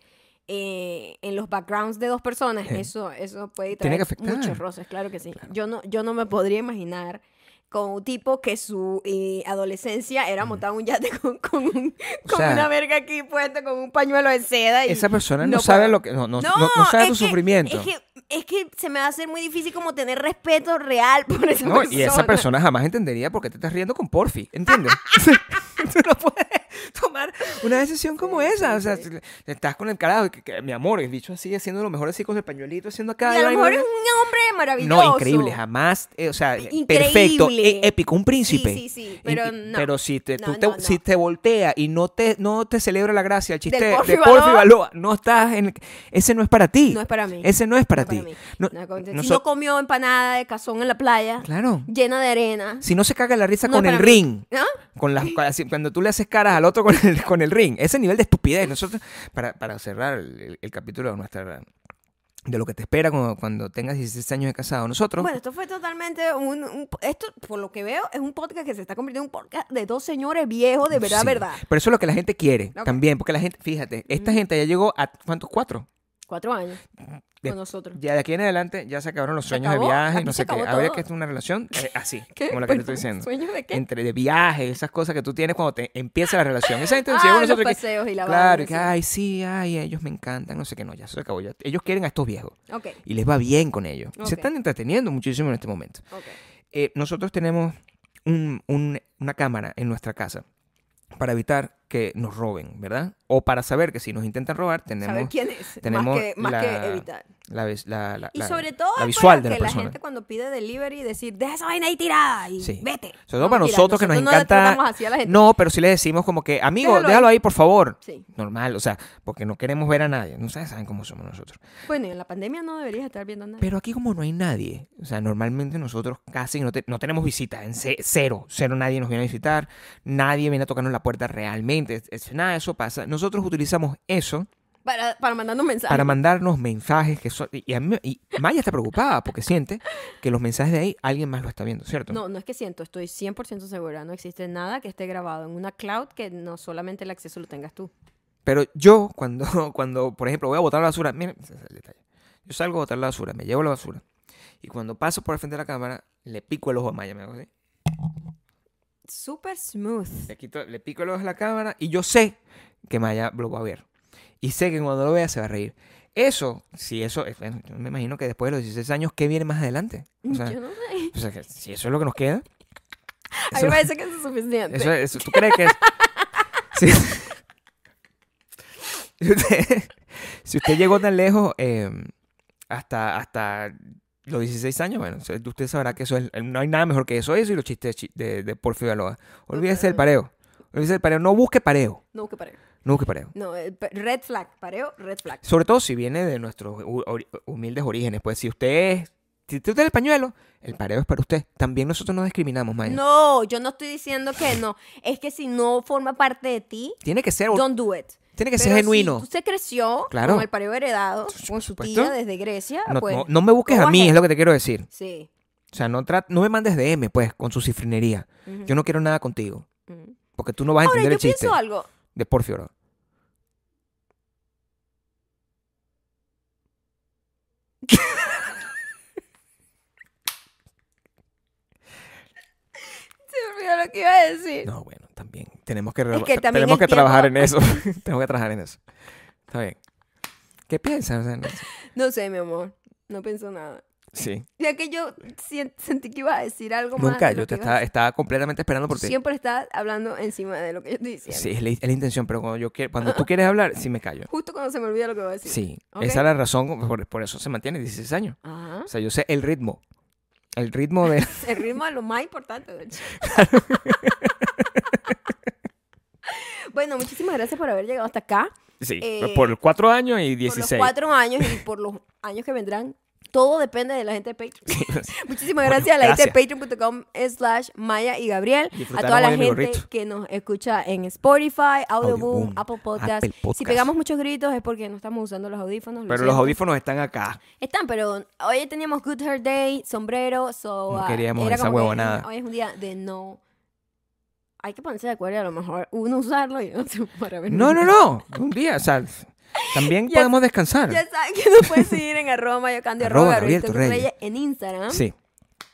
eh, en los backgrounds de dos personas, Sí. eso, eso puede Tiene traer que afectar. muchos roces, claro que sí. Claro. Yo no, yo no me podría imaginar con un tipo que su eh, adolescencia era montar un yate con, con un- Mm. O con sea, una verga aquí puesta, con un pañuelo de seda. Y Esa persona no, no sabe puedo. lo que. No, no, no- no sabe es tu que- sufrimiento. Es que, es que se me va a hacer muy difícil como tener respeto real por esa no, persona. y esa persona jamás entendería por qué te estás riendo con Porfi, ¿entiendes? tú no puedes tomar una decisión como Sí, esa. sí, O sea, sí. estás con el carajo, que- que, mi amor, el bicho así, haciendo lo mejor así con el pañuelito, Y haciendo acá. a lo vaina, mejor es vaina. un hombre maravilloso. No, increíble, jamás. eh, o sea, Increíble. perfecto, eh, épico, un príncipe. Sí, sí, sí, pero Y- y- no. pero si te, tú No, te- no, no. si te voltea y no te, no te celebra la gracia, el chiste Del de Porfi Porfi Balboa. Balboa, no estás en. Ese no es para ti. No es para mí. Ese no es para ti. mí. No- No, con- si noso- no comió empanada de cazón en la playa, Claro. llena de arena. Si no se caga la risa No con es el para mí. ring. ¿no? Con las, con- así, cuando tú le haces caras al otro con el, con el ring. Ese nivel de estupidez. Nosotros, para, para cerrar el, el- el capítulo de nuestra de lo que te espera cuando, cuando tengas 16 años de casado. Nosotros, Bueno, esto fue totalmente un, un- Esto, por lo que veo, es un podcast que se está convirtiendo en un podcast de dos señores viejos de verdad, sí. verdad. Pero eso es lo que la gente quiere Ok. también. Porque la gente, fíjate, esta gente ya llegó a ¿cuántos? Cuatro. Cuatro años De- con nosotros. Ya de aquí en adelante ya se acabaron los Se sueños acabó, de viaje, aquí no se sé qué. acabó Habría todo. que hacer una relación eh, así, ¿Qué? como la que Bueno, te estoy diciendo. ¿Sueños de qué? Entre de viaje, esas cosas que tú tienes cuando te empieza la relación. Esa gente Ah, llegó a los nosotros y que- paseos y la Claro, vaina, y que, sí. ay, sí, ay, ellos me encantan, no sé qué, no, ya eso se acabó. ya. Ellos quieren a estos viejos Ok, y les va bien con ellos. Ok. Se están entreteniendo muchísimo en este momento. ok. Eh, nosotros tenemos un- un- una cámara en nuestra casa para evitar que nos roben, ¿verdad? O para saber que si nos intentan robar, Saber tenemos quién es. tenemos más que, más la- que evitar. la, vis- la- la- Y la- sobre todo la visual para de la que la, persona. gente cuando pide delivery decir, deja esa vaina ahí tirada y Sí. vete. Sobre todo para mentira, nosotros que nos nosotros no le encanta- tratamos así a la gente. No, pero si le decimos como que, amigo, Déjalo déjalo, ahí". ahí, por favor. Sí. Normal, o sea, porque no queremos ver a nadie. No saben, saben cómo somos nosotros. Bueno, y en la pandemia no deberías estar viendo nada. Pero aquí como no hay nadie, o sea, normalmente nosotros casi no, te- no tenemos visitas, en ce- cero, cero nadie nos viene a visitar, nadie viene a tocarnos la puerta realmente, es- es- nada de eso pasa. Nosotros utilizamos eso Para, para mandarnos mensajes. para mandarnos mensajes que son... Y, y a mí- y Maya está preocupada porque siente que los mensajes de ahí alguien más lo está viendo, ¿cierto? No, no es que siento, estoy 100% segura. No existe nada que esté grabado en una cloud que no solamente el acceso lo tengas tú. Pero yo, cuando, cuando, por ejemplo, voy a botar la basura, miren, ese es el detalle. Yo salgo a botar la basura, me llevo la basura. Y cuando paso por el frente de la cámara, le pico el ojo a Maya, me hago así. Super smooth. Le, quito- le pico el ojo a la cámara y yo sé que Maya lo va a ver. Y sé que cuando lo vea se va a reír. Eso, si eso, eh, bueno, yo me imagino que después de los 16 años, ¿qué viene más adelante? O sea, Yo no sé. o sea, que si eso es lo que nos queda. A mí eso- me parece que eso es suficiente. Eso, eso- ¿Tú crees que es? Sí. Si usted, si usted llegó tan lejos eh, hasta, hasta los 16 años, bueno, se- usted sabrá que eso es, no hay nada mejor que eso, eso y los chistes de chi- de, de Porfirio Aloha. Olvídese del pareo. Olvídese del pareo. No busque pareo. No, que pareo. No busque pareo. No, eh, pe- red flag. Pareo, red flag. Sobre todo si viene de nuestros hu- ori- humildes orígenes. Pues si usted es, si usted es el pañuelo, el pareo es para usted. También nosotros no discriminamos, Maya. No, yo no estoy diciendo que no. Es que si no forma parte de ti, Tiene que ser, don't do it. tiene que Pero ser genuino. Si usted creció Claro. con el pareo heredado, con su supuesto. tía desde Grecia, No, pues. no- no me busques ¿cómo a mí, haces? es lo que te quiero decir. Sí. O sea, no, tra- no me mandes DM, pues, con su cifrinería. Ujú, Yo no quiero nada contigo. ujú. Porque tú no vas a Ahora, entender yo el chiste pienso algo. de Porfirio. Se me olvidó lo que iba a decir. No, bueno, también. Tenemos que, Eh, que también el tenemos que trabajar en tiempo- eso. tenemos que trabajar en eso. Está bien. ¿Qué piensas? O sea, no sé. No sé, mi amor. No pienso nada. sí. Ya que yo sien- sentí que iba a decir algo más. Nunca, de lo yo te que iba a estaba, estaba completamente esperando por decir. ti. Siempre estás hablando encima de lo que yo estoy diciendo. Sí, es la, es la intención, pero cuando, yo quiero, cuando tú quieres hablar, sí me callo. Justo cuando se me olvida lo que voy a decir. Sí. Ok. Esa es la razón, por, por eso se mantiene 16 años. Ajá. O sea, yo sé el ritmo. El ritmo de... Ah, El ritmo es lo más importante, de hecho. bueno, muchísimas gracias por haber llegado hasta acá. Sí, Eh, por 4 años y Por 16. los cuatro años y por los años que vendrán. Todo depende de la gente de Patreon. Muchísimas Bueno, gracias a la gente de gracias. patreon.com slash Maya y Gabriel. A Disfrutaron toda la hoy de mi gente gorrito. que nos escucha en Spotify, Audioboom, Audioboom, Apple Podcast. Apple Podcast. Si pegamos muchos gritos es porque no estamos usando los audífonos. lo Pero los siento. audífonos están acá. Están, pero hoy teníamos Good Hair Day, sombrero, so... No ah, queríamos era esa como que, huevonada. mm, Hoy es un día de no... Hay que ponerse de acuerdo y a lo mejor uno usarlo y el otro para ver. No, no, no. Un día, o sea, también Ya- podemos descansar. Ya saben que nos pueden seguir en arroba mayocando y arroba Arroba Gabriel Gabriel Toque Torreyes. Reyes en Instagram. Sí.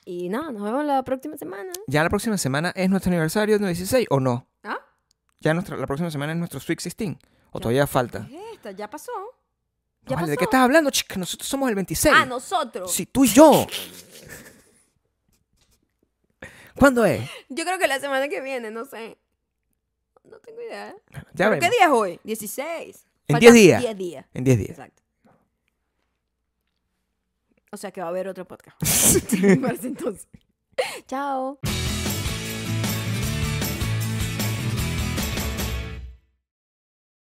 Y nada, nos vemos la próxima semana. ¿Ya la próxima semana es nuestro aniversario de 16 o no? ¿Ah? ¿Ya nuestra, la próxima semana es nuestro Sweet 16? ¿O Ya. todavía falta? ¿Qué es esto? ¿Ya pasó? ¿Ya Vale, pasó? ¿De qué estás hablando, chica? Nosotros somos el 26. Ah, nosotros. Sí, tú y yo. ¿Cuándo es? Yo creo que la semana que viene, no sé. No tengo idea. Ya ¿Pero vemos. ¿Qué día es hoy? 16. En Faltan 10 días. 10 días, En 10 días. exacto. O sea que va a haber otro podcast. Sí, me parece entonces. Chao.